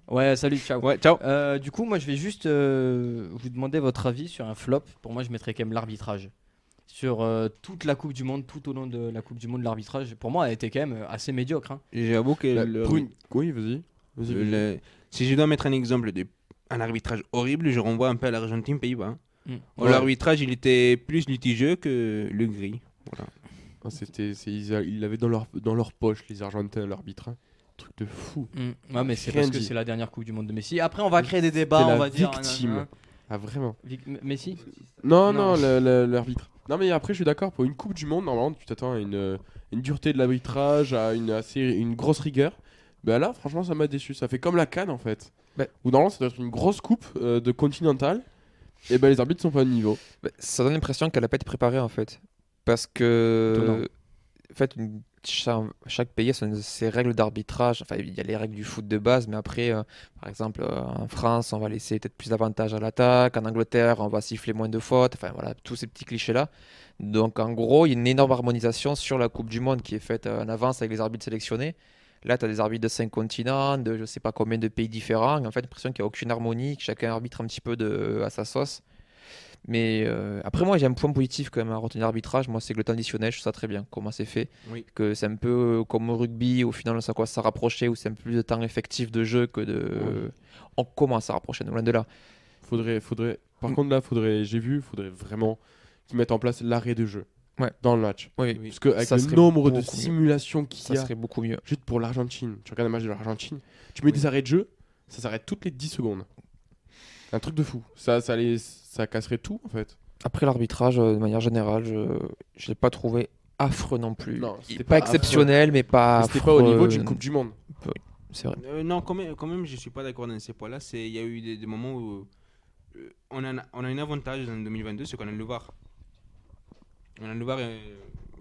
Speaker 1: Ouais, salut, ciao.
Speaker 3: Ouais, ciao.
Speaker 1: Euh, du coup, moi, je vais juste euh, vous demander votre avis sur un flop. Pour moi, je mettrais quand même l'arbitrage. Sur euh, toute la Coupe du Monde, tout au long de la Coupe du Monde, l'arbitrage, pour moi, a été quand même euh, assez médiocre. hein.
Speaker 3: J'avoue que
Speaker 2: La-
Speaker 3: le-
Speaker 2: pour une- Oui, vas-y. Vas-y,
Speaker 3: Le-
Speaker 2: vas-y.
Speaker 3: le- si je dois mettre un exemple d'un arbitrage horrible, je renvoie un peu à l'Argentine Pays-Bas. hein.
Speaker 1: Mm.
Speaker 3: Où
Speaker 2: Ouais.
Speaker 3: L'arbitrage, il était plus litigieux que le gris.
Speaker 2: Ah, C'était, c'est- ils a- ils l'avaient dans leur, dans leur poche, les Argentins, l'arbitre. hein. Truc de fou.
Speaker 1: Ouais, mais c'est
Speaker 2: Rien
Speaker 1: parce que
Speaker 2: dit.
Speaker 1: c'est la dernière Coupe du Monde de Messi. Après, on va créer des débats,
Speaker 2: C'était
Speaker 1: on
Speaker 2: la
Speaker 1: va dire.
Speaker 2: victime.
Speaker 1: nanana.
Speaker 2: Ah, vraiment
Speaker 1: Vic- M- Messi
Speaker 2: Non,
Speaker 1: Non.
Speaker 2: non, le- le- l'arbitre. Non, mais après, je suis d'accord, pour une Coupe du Monde, normalement, tu t'attends à une, euh, une dureté de l'arbitrage, à une, assez, une grosse rigueur. Bah là, franchement, ça m'a déçu. Ça fait comme la canne en fait.
Speaker 5: Ouais.
Speaker 2: Ou normalement, ça doit être une grosse coupe euh, de continentale. Et ben les arbitres sont pas de niveau.
Speaker 5: Bah, Ça donne l'impression qu'elle n'a pas été préparée en fait. Parce que.
Speaker 1: Étonnant.
Speaker 5: En fait, une- cha- chaque pays a son- ses règles d'arbitrage. Enfin, il y a les règles du foot de base, mais après, euh, par exemple, euh, en France, on va laisser peut-être plus d'avantages à l'attaque. En Angleterre, on va siffler moins de fautes. Enfin, voilà, tous ces petits clichés-là. Donc, en gros, il y a une énorme harmonisation sur la Coupe du Monde qui est faite euh, en avance avec les arbitres sélectionnés. Là, tu as des arbitres de cinq continents, de je sais pas combien de pays différents. En fait, l'impression qu'il n'y a aucune harmonie, que chacun arbitre un petit peu de, à sa sauce. Mais euh, après, moi, j'ai un point positif quand même à retenir l'arbitrage. Moi, c'est que le temps additionnel, je trouve ça très bien, comment c'est fait.
Speaker 3: Oui.
Speaker 5: Que c'est un peu euh, comme au rugby, au final, on sait à quoi ça rapprocher, où c'est un peu plus de temps effectif de jeu que de. On commence à rapprocher, nous, loin de là.
Speaker 2: Faudrait, faudrait.
Speaker 5: Mm.
Speaker 2: Par contre, là, faudrait. J'ai vu, faudrait vraiment qu'ils mettent en place l'arrêt de jeu
Speaker 5: Ouais.
Speaker 2: dans le match.
Speaker 5: Oui,
Speaker 2: Parce que avec
Speaker 5: Ça
Speaker 2: le
Speaker 5: serait
Speaker 2: nombre de
Speaker 5: beaucoup mieux.
Speaker 2: simulations qu'il
Speaker 5: ça
Speaker 2: y a,
Speaker 5: serait beaucoup mieux.
Speaker 2: juste pour l'Argentine, tu regardes un match de l'Argentine, tu mets des arrêts de jeu, ça s'arrête toutes les 10 secondes. Un truc de fou. Ça, ça, les, ça casserait tout en fait.
Speaker 5: Après, l'arbitrage, euh, de manière générale, je ne l'ai pas trouvé affreux non plus.
Speaker 2: Non,
Speaker 5: Il-
Speaker 2: c'était
Speaker 5: pas,
Speaker 2: pas
Speaker 5: exceptionnel, mais pas.
Speaker 2: Mais C'était pas au
Speaker 5: affreux,
Speaker 2: niveau d'une
Speaker 5: euh,
Speaker 2: Coupe du Monde.
Speaker 5: C'est vrai.
Speaker 3: Euh, non, quand même, quand même, je suis pas d'accord dans ces points-là. C'est- Il y a eu des, des moments où euh, on, a, on a un avantage en 2022, c'est qu'on a le VAR. On a euh, le VAR. et-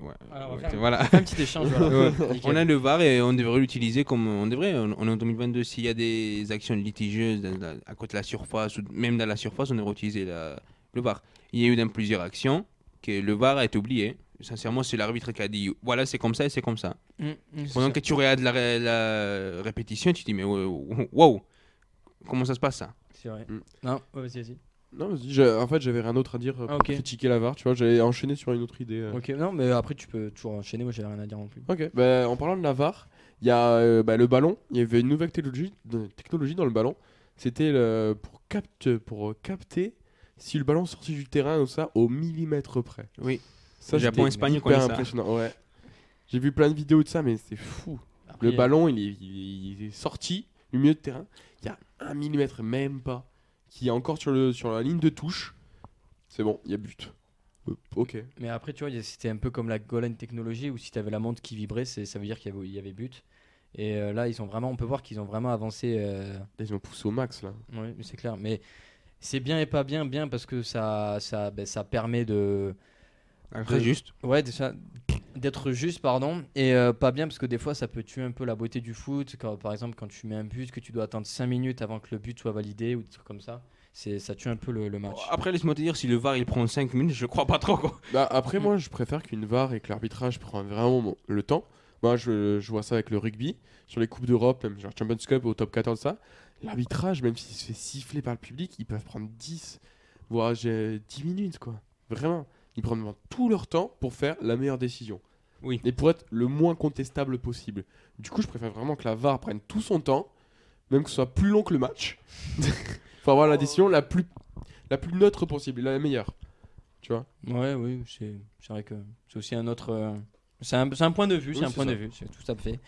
Speaker 3: ouais,
Speaker 1: Alors, on va
Speaker 3: ouais,
Speaker 1: faire un-
Speaker 3: voilà.
Speaker 1: Un petit échange, voilà.
Speaker 3: Ouais.
Speaker 1: Nickel.
Speaker 3: On a le VAR et on devrait l'utiliser comme on devrait. On on est en 2022. S'il y a des actions litigieuses dans la- à côté de la surface ou même dans la surface, on devrait utiliser la- le VAR. Il y a eu dans plusieurs actions que le VAR a été oublié. Sincèrement, c'est l'arbitre qui a dit voilà, c'est comme ça et c'est comme ça.
Speaker 1: Mm, mm, c'est
Speaker 3: Pendant
Speaker 1: ça.
Speaker 3: que tu regardes la, ré- la répétition, tu te dis mais wow, wow, comment ça se passe ça
Speaker 1: C'est vrai.
Speaker 2: Mm.
Speaker 1: Non, ouais, vas-y, vas-y.
Speaker 2: Non, vas-y, j'ai- en fait, j'avais rien d'autre à dire euh, pour
Speaker 1: Ah, ok.
Speaker 2: critiquer la VAR, tu vois, j'allais enchaîner sur une autre idée. euh.
Speaker 1: Ok, non, mais après, tu peux toujours enchaîner. Moi, j'ai rien à dire non plus.
Speaker 2: Ok, bah, en parlant de la VAR, il y a euh, bah, le ballon, il y avait une nouvelle technologie, de- technologie dans le ballon, c'était le- pour, capte- pour euh, capter si le ballon sortit du terrain ou ça au millimètre près.
Speaker 3: Oui.
Speaker 2: Ça,
Speaker 3: Japon,
Speaker 2: j'étais
Speaker 3: Espagne, on
Speaker 2: hyper
Speaker 3: connaît ça.
Speaker 2: impressionnant, ouais. J'ai vu plein de vidéos de ça, mais c'est fou.
Speaker 1: Après,
Speaker 2: Le ballon, il est, il est- il est sorti du milieu de terrain, il y a un millimètre, même pas, qui est encore sur, le, sur la ligne de touche. C'est bon, il y a but. Euh, Ok.
Speaker 1: Mais après, tu vois, il y a- c'était un peu comme la Golan Technology où si tu avais la montre qui vibrait, c'est- ça veut dire qu'il y, avait- il y avait but. Et euh, là, ils ont vraiment, on peut voir qu'ils ont vraiment avancé. euh,
Speaker 2: Là, ils ont poussé au max, là.
Speaker 1: Oui, mais c'est clair. Mais c'est bien et pas bien, bien parce que ça, ça, ben, ça permet de,
Speaker 3: Très juste.
Speaker 1: Ouais, déjà d'être juste, pardon, et euh, pas bien parce que des fois ça peut tuer un peu la beauté du foot. Quand, par exemple, quand tu mets un but, que tu dois attendre 5 minutes avant que le but soit validé ou des trucs comme ça, c'est ça tue un peu le, le match.
Speaker 3: Après, laisse-moi te dire, si le VAR il prend 5 minutes, je crois pas trop quoi.
Speaker 2: Bah, après, moi, je préfère qu'une VAR et que l'arbitrage prenne vraiment mon- le temps. Moi, je, je vois ça avec le rugby, sur les Coupes d'Europe, même genre Champions Cup au top 14, ça. L'arbitrage, même s'il se fait siffler par le public, ils peuvent prendre 10, voire j'ai- 10 minutes, quoi. Vraiment. Ils prennent vraiment tout leur temps pour faire la meilleure décision.
Speaker 3: Oui.
Speaker 2: Et pour être le moins contestable possible. Du coup, je préfère vraiment que la VAR prenne tout son temps, même que ce soit plus long que le match, pour avoir la décision la plus, la plus neutre possible, la meilleure. Tu vois
Speaker 1: Ouais, oui, c'est c'est vrai que c'est aussi un autre. euh, c'est un, c'est un point de vue, c'est
Speaker 2: Oui,
Speaker 1: un
Speaker 2: c'est
Speaker 1: point
Speaker 2: ça.
Speaker 1: de vue, c'est tout à fait.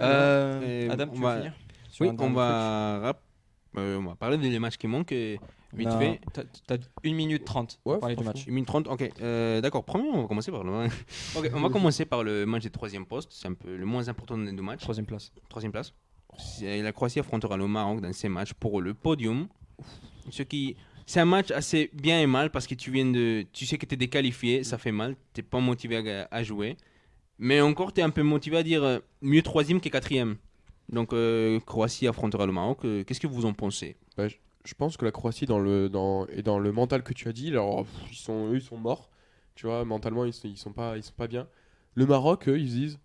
Speaker 3: Euh,
Speaker 1: Adam, tu
Speaker 3: on
Speaker 1: veux
Speaker 3: va-
Speaker 1: finir sur
Speaker 3: Oui,
Speaker 1: un
Speaker 3: on
Speaker 1: dernier
Speaker 3: va, rap- euh, on va parler des matchs qui manquent et
Speaker 1: truc
Speaker 3: vite
Speaker 1: Non,
Speaker 3: fait.
Speaker 1: t'as- T'as 1 minute 30 pour
Speaker 2: Ouais,
Speaker 1: parler du
Speaker 2: franchement.
Speaker 1: match.
Speaker 3: Une minute 30, ok. Euh, D'accord, premier, on va commencer par le. Ok, on va commencer par le match des troisième postes. C'est un peu le moins important des deux matchs.
Speaker 1: Troisième place.
Speaker 3: Troisième place. C'est- La Croatie affrontera le Maroc dans ces matchs pour le podium. Ce qui. C'est un match assez bien et mal parce que tu viens de. Tu sais que tu es déqualifié, ça fait mal, t'es pas motivé à, à jouer. Mais encore, tu es un peu motivé à dire euh, mieux troisième que quatrième. Donc, euh, Croatie affrontera le Maroc. Euh, Qu'est-ce que vous en pensez
Speaker 2: je pense que la Croatie dans le dans et dans le mental que tu as dit alors pff, ils sont eux ils sont morts tu vois mentalement ils sont, ils sont pas ils sont pas bien le Maroc eux ils se disent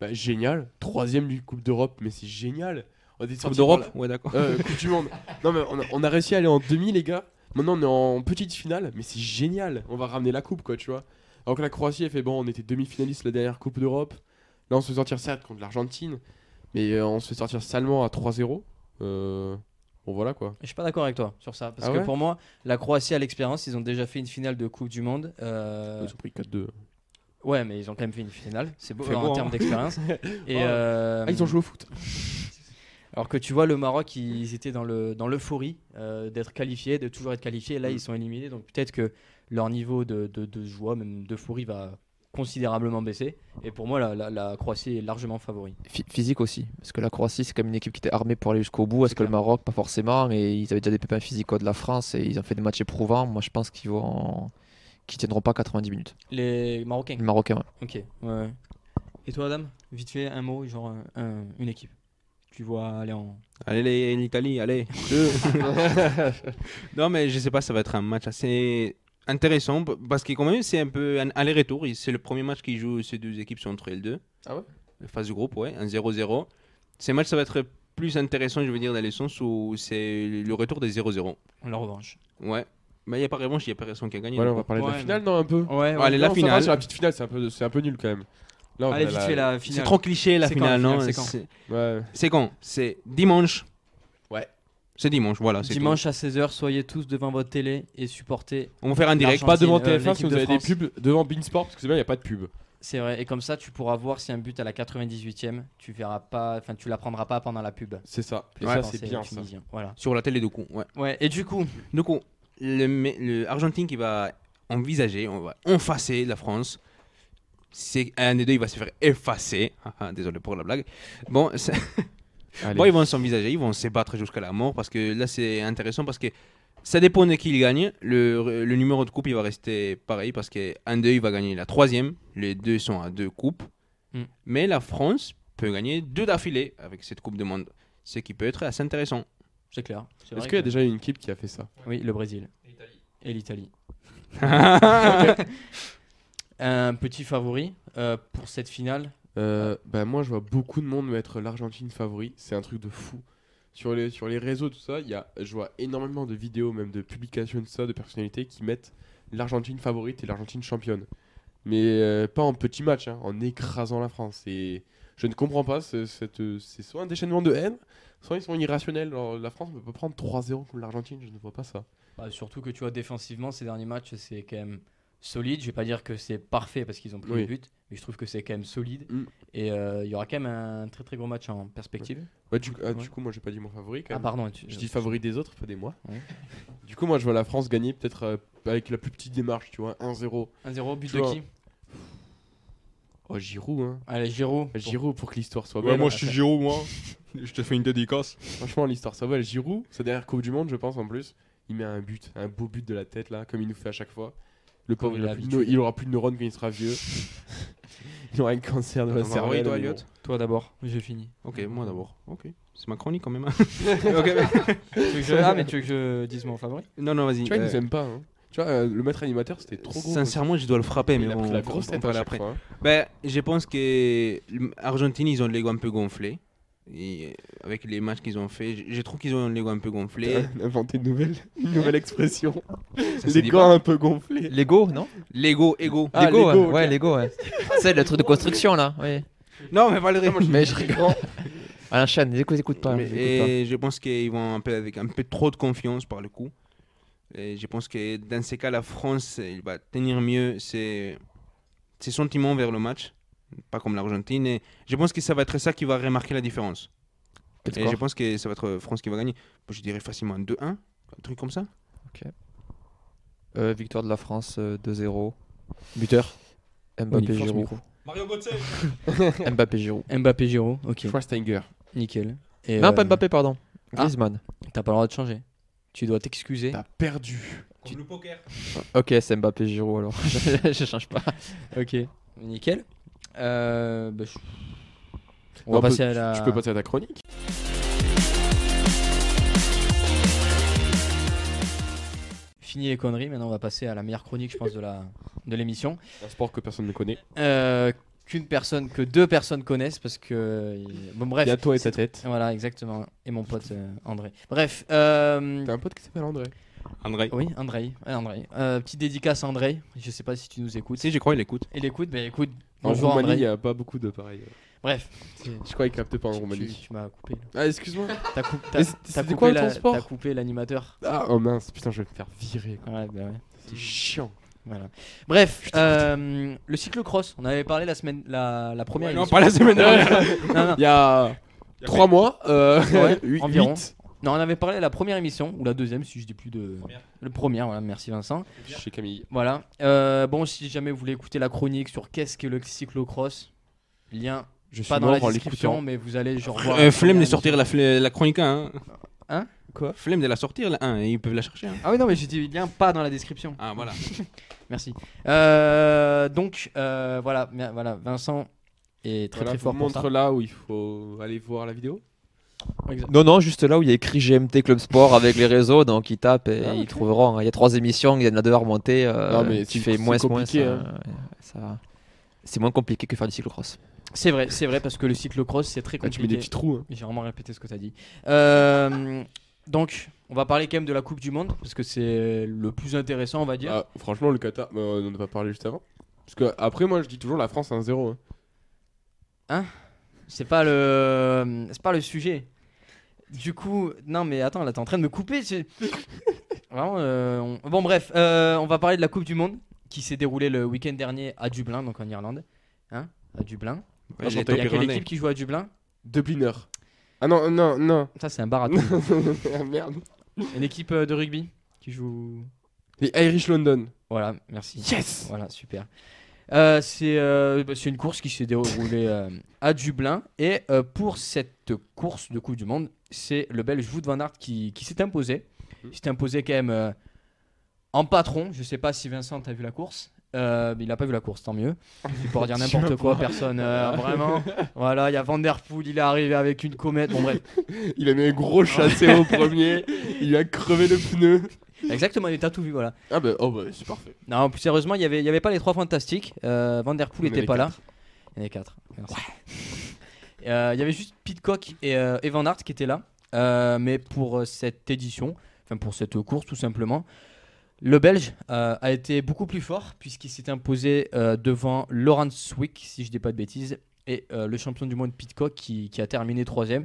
Speaker 2: bah, génial troisième du Coupe d'Europe mais c'est génial on est
Speaker 3: Coupe
Speaker 2: sorti
Speaker 3: d'Europe
Speaker 2: par
Speaker 3: Ouais, d'accord.
Speaker 2: la- euh, Coupe du Monde non mais on a, on a réussi à aller en demi les gars maintenant on est en petite finale mais c'est génial on va ramener la coupe quoi tu vois alors que la Croatie elle fait bon on était demi finaliste la dernière Coupe d'Europe là on se fait sortir certes contre l'Argentine mais euh, on se fait sortir salement à 3-0 Euh, bon voilà quoi
Speaker 1: Je suis pas d'accord avec toi sur ça, parce
Speaker 2: Ah
Speaker 1: que
Speaker 2: ouais
Speaker 1: pour moi, la Croatie a l'expérience, ils ont déjà fait une finale de Coupe du Monde. euh,
Speaker 2: ils ont pris 4-2
Speaker 1: Ouais, mais ils ont quand même fait une finale. C'est beau
Speaker 3: C'est
Speaker 1: en
Speaker 3: beau, hein.
Speaker 1: termes d'expérience. Et
Speaker 2: Oh.
Speaker 1: euh,
Speaker 2: Ah, ils ont joué au foot.
Speaker 1: Alors que tu vois, le Maroc, ils étaient dans le dans l'euphorie euh, d'être qualifiés, de toujours être qualifiés. Et là,
Speaker 2: Mm.
Speaker 1: ils sont éliminés. Donc peut-être que leur niveau de, de, de joie, même d'euphorie, va considérablement baisser. Et pour moi, la, la, la Croatie est largement favori.
Speaker 5: Phy- Physique aussi, parce que la Croatie c'est quand même une équipe qui était armée pour aller jusqu'au bout, est-ce que le
Speaker 1: clair.
Speaker 5: Maroc pas forcément, et ils avaient déjà des pépins physiques de la France et ils ont fait des matchs éprouvants, moi je pense qu'ils vont qu'ils tiendront pas 90 minutes.
Speaker 1: Les Marocains.
Speaker 5: Les Marocains, ouais.
Speaker 1: Mm. Ok. Ouais. Et toi, Adam Vite fait, un mot, genre un- un- une équipe. Tu vois aller en.
Speaker 3: Allez les- l'Italie, allez. non mais je sais pas, ça va être un match assez intéressant p- parce que quand même c'est un peu un aller-retour. Et C'est le premier match qu'ils jouent, ces deux équipes sont entre elles deux.
Speaker 2: Ah ouais
Speaker 3: La phase du groupe, ouais, un 0-0. Ces matchs ça va être plus intéressant, je veux dire, dans le sens où c'est le retour des 0-0.
Speaker 1: La revanche.
Speaker 3: Ouais. Mais il n'y a pas revanche, il n'y a pas personne qui a gagné.
Speaker 2: Voilà, on
Speaker 3: donc.
Speaker 2: va parler de
Speaker 1: Ouais,
Speaker 2: la finale, non, un peu
Speaker 1: Ouais.
Speaker 3: Allez, la
Speaker 2: Non, ça va,
Speaker 3: finale.
Speaker 2: sur la petite finale, c'est un peu, c'est un peu nul quand même. Là, on
Speaker 1: Allez,
Speaker 2: a
Speaker 1: vite fait la finale.
Speaker 3: Bah, C'est trop cliché la
Speaker 1: C'est quand,
Speaker 3: finale,
Speaker 1: la
Speaker 3: non
Speaker 1: finale, c'est quand
Speaker 3: C'est-
Speaker 2: Ouais.
Speaker 3: C'est quand C'est dimanche.
Speaker 2: Ouais.
Speaker 3: C'est dimanche, voilà. c'est
Speaker 1: Dimanche à 16h, soyez tous devant votre télé et supportez.
Speaker 3: tout. On va faire un direct.
Speaker 1: L'argent.
Speaker 2: Pas devant
Speaker 1: Argentine, euh,
Speaker 2: TF1 si
Speaker 1: l'équipe
Speaker 2: vous
Speaker 1: de
Speaker 2: avez
Speaker 1: France.
Speaker 2: des pubs, devant Beansport, parce que c'est bien, il n'y a pas de pub.
Speaker 1: C'est vrai. Et comme ça, tu pourras voir si un but à la 98e, tu verras pas, enfin, tu l'apprendras pas pendant la pub.
Speaker 2: C'est ça. Et
Speaker 1: Parce
Speaker 2: ça,
Speaker 1: que
Speaker 2: c'est bien ça.
Speaker 1: tunisien. Voilà.
Speaker 3: Sur la télé du coup, ouais.
Speaker 1: Ouais. Et du coup,
Speaker 3: Du coup, le, mais- le Argentine qui va envisager, on va effacer la France. C'est un des deux, il va se faire effacer. Ah, ah, Désolé pour la blague. Bon, c'est-
Speaker 2: Allez.
Speaker 3: bon, ils vont s'envisager, ils vont se battre jusqu'à la mort parce que là c'est intéressant parce que ça dépend de qui il gagne. Le, le numéro de coupe il va rester pareil parce que un d'eux il va gagner la troisième. Les deux sont à deux coupes,
Speaker 1: Mm.
Speaker 3: mais la France peut gagner deux d'affilée avec cette coupe de monde, ce qui peut être assez intéressant.
Speaker 1: c'est clair. C'est
Speaker 2: Est-ce
Speaker 1: vrai
Speaker 2: qu'il y a
Speaker 1: que-
Speaker 2: déjà une équipe qui a fait ça
Speaker 1: Oui, le Brésil. Et l'Italie. Un petit favori euh, pour cette finale.
Speaker 2: Euh, bah, moi, je vois beaucoup de monde mettre l'Argentine favori. C'est un truc de fou. Sur les, sur les réseaux, tout ça, il y a, je vois énormément de vidéos, même de publications, de ça, de personnalités qui mettent l'Argentine favorite et l'Argentine championne. Mais euh, pas en petit match, hein, en écrasant la France. Et je ne comprends pas, ce- cette, euh, c'est soit un déchaînement de haine, soit ils sont irrationnels. Alors, la France ne peut pas prendre 3-0 contre l'Argentine, je ne vois pas ça.
Speaker 1: Bah, surtout que tu vois défensivement ces derniers matchs, c'est quand même solide. Je vais pas dire que c'est parfait parce qu'ils ont pris
Speaker 2: Oui.
Speaker 1: le but, mais je trouve que c'est quand même solide.
Speaker 2: Mm.
Speaker 1: Et euh, il y aura quand même un très très gros match en perspective.
Speaker 2: Ouais, du, ah, du
Speaker 1: Ouais.
Speaker 2: coup, moi, j'ai pas dit mon favori. Quand
Speaker 1: Ah
Speaker 2: même.
Speaker 1: pardon. tu-
Speaker 2: Je dis favori des autres, pas des moi.
Speaker 1: Ouais.
Speaker 2: Du coup, moi, je vois la France gagner peut-être euh, avec la plus petite démarche, tu vois, 1-0.
Speaker 1: 1-0 but
Speaker 2: Tu
Speaker 1: de
Speaker 2: vois.
Speaker 1: qui
Speaker 2: Oh, Giroud, hein.
Speaker 1: Allez Giroud. pour-
Speaker 2: Giroud pour que l'histoire soit
Speaker 1: Ouais,
Speaker 2: belle. hein.
Speaker 1: moi, je suis
Speaker 3: Giro, moi. Je te fais une dédicace.
Speaker 2: Franchement, l'histoire soit belle. Giroud, sa dernière Coupe du Monde, je pense en plus, il met un but, un beau but de la tête là, comme il nous fait à chaque fois. Le pauvre,
Speaker 1: il
Speaker 2: il, aura
Speaker 1: a
Speaker 2: plus de
Speaker 1: l'habitude.
Speaker 2: neu- il aura plus de neurones quand il sera vieux. il aura un cancer de la
Speaker 3: On va
Speaker 2: cervelle.
Speaker 3: voir, toi,
Speaker 2: mais bon.
Speaker 3: Elliot
Speaker 1: Toi d'abord, j'ai fini.
Speaker 3: Ok, moi d'abord. Ok, c'est ma chronique quand même. Ok,
Speaker 1: Ah, mais tu veux que je dise mon favori
Speaker 3: mais- Non, non, vas-y.
Speaker 2: Tu vois, il
Speaker 3: euh,
Speaker 2: nous aime pas. hein. Tu vois, euh, le maître animateur, c'était trop gros.
Speaker 3: Sincèrement, je dois le frapper, mais
Speaker 2: il a
Speaker 3: bon,
Speaker 2: pris
Speaker 3: on-
Speaker 2: la grosse
Speaker 3: on
Speaker 2: tête
Speaker 3: peut
Speaker 2: à
Speaker 3: aller
Speaker 2: chaque
Speaker 3: après.
Speaker 2: fois, hein.
Speaker 3: Ben, je pense que l'Argentine, ils ont l'ego un peu gonflé. Et avec les matchs qu'ils ont fait, je, je trouve qu'ils ont l'ego un peu gonflé.
Speaker 2: T'as Inventé une nouvelle, une nouvelle expression.
Speaker 3: Ça se
Speaker 2: Les
Speaker 3: dit
Speaker 2: gants
Speaker 3: pas.
Speaker 2: un peu gonflés.
Speaker 5: Lego, non
Speaker 3: L'ego, ego.
Speaker 2: Ah,
Speaker 5: Lego,
Speaker 2: Lego,
Speaker 5: ouais,
Speaker 2: ok.
Speaker 5: ouais, Lego, ouais. C'est le truc de construction là, oui.
Speaker 3: Non, mais Valérie.
Speaker 5: Mais je rigole. Alain Chan, écoute, écoute pas.
Speaker 3: Mais-
Speaker 5: écoute pas.
Speaker 3: et je pense qu'ils vont un peu avec un peu trop de confiance par le coup. Et je pense que dans ces cas, la France, il va tenir mieux ses, ses sentiments vers le match, pas comme l'Argentine. Et je pense que ça va être ça qui va remarquer la différence.
Speaker 5: Quel
Speaker 3: Et je
Speaker 5: score
Speaker 3: pense que ça va être France qui va gagner. Je dirais facilement 2-1, un truc comme ça.
Speaker 5: Euh, Victoire de la France euh, 2-0.
Speaker 2: Buteur.
Speaker 5: Mbappé
Speaker 1: force
Speaker 5: Giroud.
Speaker 1: micro.
Speaker 3: Mario Götze
Speaker 5: Mbappé Giroud.
Speaker 1: Mbappé Giro, ok,
Speaker 2: Schwarzenegger.
Speaker 1: nickel. Et,
Speaker 5: Non,
Speaker 1: euh,
Speaker 5: pas Mbappé, pardon.
Speaker 2: Ah.
Speaker 5: Griezmann.
Speaker 1: T'as pas le droit de changer. Tu dois t'excuser.
Speaker 2: T'as perdu.
Speaker 3: Comme le poker.
Speaker 5: Ok, c'est Mbappé Giroud alors. je, je change pas.
Speaker 1: Ok, nickel. Euh, bah, je- On va
Speaker 2: Non, on peut-
Speaker 1: passer à la.
Speaker 2: Tu peux passer à ta chronique
Speaker 1: Fini les conneries, maintenant on va passer à la meilleure chronique, je pense, de la de l'émission.
Speaker 2: Un sport que personne ne connaît.
Speaker 1: Euh, Qu'une personne, que deux personnes connaissent, parce que. euh, Bon, bref.
Speaker 2: Il y a toi et ta tête.
Speaker 1: Voilà, exactement. Et mon pote euh, André. Bref. euh,
Speaker 2: T'as un pote qui s'appelle André.
Speaker 3: André.
Speaker 1: Oui, André. Ouais, André. Euh, petite dédicace, André. Je sais pas si tu nous écoutes.
Speaker 3: Si, je crois, il écoute.
Speaker 1: Il écoute, bah écoute.
Speaker 2: En
Speaker 1: Bonjour
Speaker 2: Roumanie, il n'y
Speaker 1: André.
Speaker 2: a pas beaucoup de pareils.
Speaker 1: Bref.
Speaker 2: Je crois qu'il capte pas en
Speaker 1: Tu-
Speaker 2: Roumanie.
Speaker 1: Tu, tu m'as coupé. là.
Speaker 2: Ah, excuse-moi.
Speaker 1: T'as coup- t'as-
Speaker 2: Mais c-
Speaker 1: t'as
Speaker 2: C'était
Speaker 1: coupé
Speaker 2: quoi
Speaker 1: la-
Speaker 2: ton
Speaker 1: t'as
Speaker 2: sport
Speaker 1: coupé l'animateur.
Speaker 2: Ah, oh mince, putain, je vais me faire virer. quoi.
Speaker 1: Ouais, bah ouais.
Speaker 2: C'est chiant.
Speaker 1: Voilà. Bref, euh, le cyclocross, on avait parlé la semaine, la, la première.
Speaker 3: non,
Speaker 1: émission.
Speaker 3: pas la semaine dernière.
Speaker 1: Non, non.
Speaker 2: Il y a 3 mois, euh,
Speaker 1: Ouais,
Speaker 2: huit-
Speaker 1: environ.
Speaker 2: huit.
Speaker 1: Non, on avait parlé la première émission ou la deuxième, si je dis plus de. Le première, voilà. Merci Vincent.
Speaker 2: Chez Camille.
Speaker 1: Voilà. Euh, bon, si jamais vous voulez écouter la chronique sur qu'est-ce que le cyclocross, lien
Speaker 2: Je suis
Speaker 1: pas dans la
Speaker 2: mort en
Speaker 1: description,
Speaker 2: l'écoutant.
Speaker 1: mais vous allez genre voir.
Speaker 3: Euh, flemme de sortir la, fle- la chronique 1. Hein.
Speaker 1: Hein Quoi
Speaker 3: Flemme de la sortir, la 1. Ils peuvent la chercher. hein.
Speaker 1: Ah oui, non, mais j'ai dit lien pas dans la description.
Speaker 3: Ah, voilà.
Speaker 1: Merci. Euh, donc euh, voilà, mer- voilà, Vincent est très
Speaker 2: Voilà,
Speaker 1: très
Speaker 2: vous
Speaker 1: fort pour ça.
Speaker 2: montre là où il faut aller voir la vidéo.
Speaker 1: Exa-
Speaker 5: Non, non, juste là où il y a écrit GMT Club Sport avec les réseaux, donc ils tapent et
Speaker 2: Ah, ok.
Speaker 5: ils trouveront. hein. Il y a trois émissions, il y en a deux à remonter. euh,
Speaker 2: Non, mais
Speaker 5: tu
Speaker 2: c'est-
Speaker 5: fais
Speaker 2: c'est
Speaker 5: moins moins.
Speaker 2: compliqué,
Speaker 5: ça-
Speaker 2: hein.
Speaker 5: ouais, ça va. C'est moins compliqué que faire du cyclocross.
Speaker 1: C'est vrai, c'est vrai parce que le cyclocross c'est très
Speaker 2: Là,
Speaker 1: compliqué.
Speaker 2: tu mets des petits trous. hein.
Speaker 1: J'ai vraiment répété ce que tu as dit. Euh, donc, on va parler quand même de la Coupe du Monde, parce que c'est le plus intéressant, on va dire.
Speaker 2: Ah, franchement, le Qatar, bah, on en a pas parlé juste avant. Parce que, après, moi, je dis toujours la France 1-0. hein.
Speaker 1: C'est pas le, c'est pas le sujet. Du coup, non mais attends, là t'es en train de me couper. c'est- Vraiment, euh, on- Bon bref, euh, on va parler de la Coupe du Monde qui s'est déroulée le week-end dernier à Dublin, donc en Irlande. Hein à Dublin.
Speaker 3: Ouais, j'ai
Speaker 2: Enchanté.
Speaker 3: été
Speaker 1: Il y a quelle
Speaker 3: irlandais.
Speaker 1: équipe qui joue à Dublin
Speaker 2: Dubliner. Ah non, non, non.
Speaker 1: Ça c'est un bar à tout.
Speaker 2: Ah, merde.
Speaker 1: Une équipe euh, de rugby qui joue.
Speaker 2: Les Irish London.
Speaker 1: Voilà, merci.
Speaker 2: Yes
Speaker 1: Voilà, super. Euh, c'est euh, bah, c'est une course qui s'est déroulée euh, à Dublin. Et euh, pour cette course de Coupe du Monde, c'est le Belge Wout van Aert qui, qui s'est imposé.
Speaker 2: Mhm.
Speaker 1: Il s'est imposé quand même euh, en patron. Je sais pas si Vincent a vu la course. Euh, il n'a pas vu la course, tant mieux. Il pourra dire n'importe quoi, personne. euh, vraiment. Voilà, il y a Van Der Poel, il est arrivé avec une comète. Bon, bref.
Speaker 2: Il a mis un gros chassé au premier. Il lui a crevé le pneu.
Speaker 1: Exactement, il t'a tout vu, voilà.
Speaker 2: Ah bah, oh bah, c'est parfait.
Speaker 1: Non, plus sérieusement, il n'y avait, il y avait pas les trois fantastiques. Euh, Van Der Poel
Speaker 2: Il y en
Speaker 1: n'était
Speaker 2: avait
Speaker 1: pas là. Il y en avait quatre. Merci. Euh, il y avait juste Pitcock et, euh, et Van Aert qui étaient là. Euh, mais pour euh, cette édition, enfin pour cette course tout simplement, le Belge euh, a été beaucoup plus fort puisqu'il s'est imposé euh, devant Laurence Wick, si je dis pas de bêtises, et euh, le champion du monde Pitcock qui, qui a terminé troisième.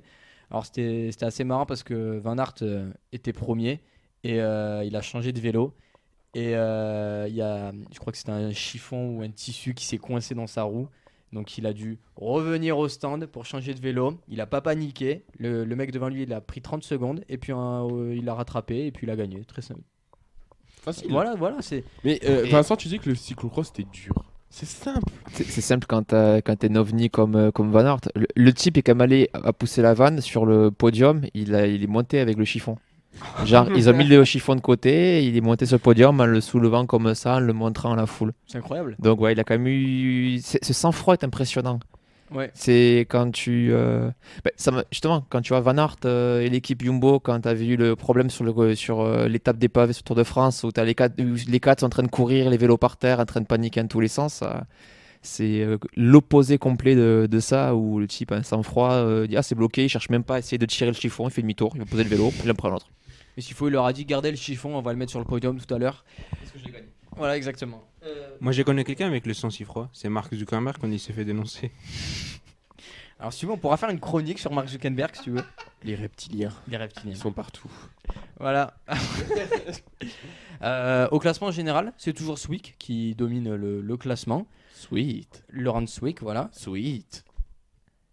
Speaker 1: Alors c'était c'était assez marrant parce que Van Aert euh, était premier et euh, il a changé de vélo. Et euh, il y a, je crois que c'était un chiffon ou un tissu qui s'est coincé dans sa roue. Donc il a dû revenir au stand pour changer de vélo. Il n'a pas paniqué. Le, le mec devant lui, il a pris 30 secondes. Et puis hein, euh, il a rattrapé. Et puis il a gagné. Très simple.
Speaker 2: Facile.
Speaker 1: Voilà, voilà. C'est
Speaker 2: Mais euh,
Speaker 1: Et-
Speaker 2: Vincent, tu dis que le cyclocross c'était dur. C'est simple.
Speaker 5: C'est c'est simple quand t'as- quand t'es un ovni comme, euh, comme Van Aert. Le, le type est quand même allé à pousser la vanne sur le podium. Il, a, il est monté avec le chiffon. Genre, ils ont mis le chiffon de côté, il est monté sur le podium en le soulevant comme ça, en le montrant à la foule.
Speaker 1: C'est incroyable.
Speaker 5: Donc, ouais, il a quand même eu. c'est- Ce sang-froid est impressionnant.
Speaker 1: Ouais.
Speaker 5: C'est quand tu. euh, bah, ça me- justement, quand tu vois Van Aert euh, et l'équipe Jumbo, quand tu as vu le problème sur le- sur euh, l'étape des pavés sur le Tour de France, où, as les, quatre, où les quatre sont en train de courir, les vélos par terre, en train de paniquer en tous les sens, ça- c'est euh, l'opposé complet de, de ça, où le type a un sang-froid, euh, dit Ah, c'est bloqué, il cherche même pas à essayer de tirer le chiffon, il fait demi-tour, il va poser le vélo, il en prend un autre.
Speaker 1: Mais s'il faut, il leur a dit gardez le chiffon, on va le mettre sur le podium tout à l'heure. Voilà, exactement.
Speaker 3: Moi, j'ai connu quelqu'un avec le sang si froid. C'est Mark Zuckerberg quand il s'est fait dénoncer.
Speaker 1: Alors, si tu veux, on pourra faire une chronique sur Mark Zuckerberg si tu veux.
Speaker 2: Les reptiliens.
Speaker 1: Les reptiliens.
Speaker 2: Ils sont partout.
Speaker 1: Voilà. Euh, au classement général, c'est toujours Swick qui domine le, le classement.
Speaker 2: Sweet.
Speaker 1: Laurent Swick, voilà.
Speaker 2: Sweet.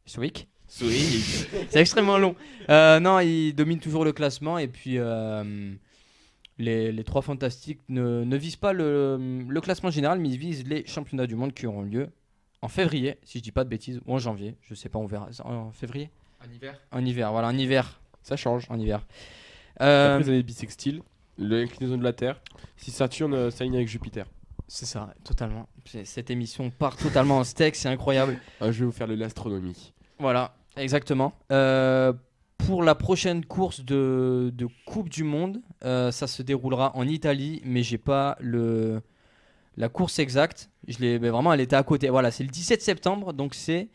Speaker 1: Swick.
Speaker 2: Sweet.
Speaker 1: C'est extrêmement long. Euh, non, il domine toujours le classement et puis euh, les, les trois fantastiques ne, ne visent pas le, le classement général, mais ils visent les championnats du monde qui auront lieu en février, si je dis pas de bêtises, ou en janvier, je sais pas, on verra. En février
Speaker 5: En hiver
Speaker 1: En hiver, voilà, en hiver.
Speaker 2: Ça change.
Speaker 1: En hiver. Euh,
Speaker 2: Après, vous avez les bisextiles, l'inclinaison de la Terre. Si Saturne euh, s'aligne avec Jupiter.
Speaker 1: c'est ça, totalement. C'est- Cette émission part totalement en steak, c'est incroyable.
Speaker 2: Ah, je vais vous faire de l'astronomie.
Speaker 1: Voilà, exactement. Euh, pour la prochaine course de, de Coupe du Monde, euh, ça se déroulera en Italie, mais j'ai pas le la course exacte. Je l'ai mais vraiment, elle était à côté. Voilà, c'est le 17 septembre, donc c'est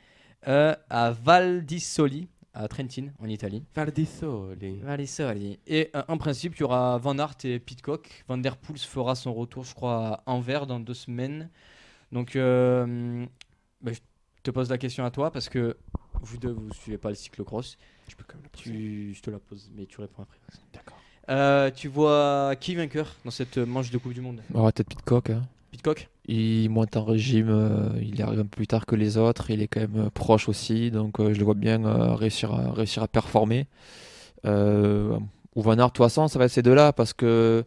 Speaker 1: euh, à Val di Soli, à Trentin, en Italie.
Speaker 2: Valdesole.
Speaker 1: Val di Soli. Et euh, en principe, il y aura Van Aert et Pitcock. Van der Poel fera son retour, je crois, à Anvers dans deux semaines. Donc, euh, bah, je te pose la question à toi parce que vous deux, vous suivez pas le cyclocross.
Speaker 2: Je peux quand même le poser.
Speaker 1: Tu, je te la pose, mais tu réponds après.
Speaker 2: D'accord.
Speaker 1: Euh, tu vois qui vainqueur dans cette manche Oh, de Coupe du Monde
Speaker 5: peut-être Pitcock. Hein.
Speaker 1: Pitcock
Speaker 5: Il monte en régime, euh, il arrive un peu plus tard que les autres, il est quand même euh, proche aussi, donc euh, je le vois bien euh, réussir, à, réussir à performer. Euh, ou Van Aert, de toute façon, ça va être ces deux-là, parce que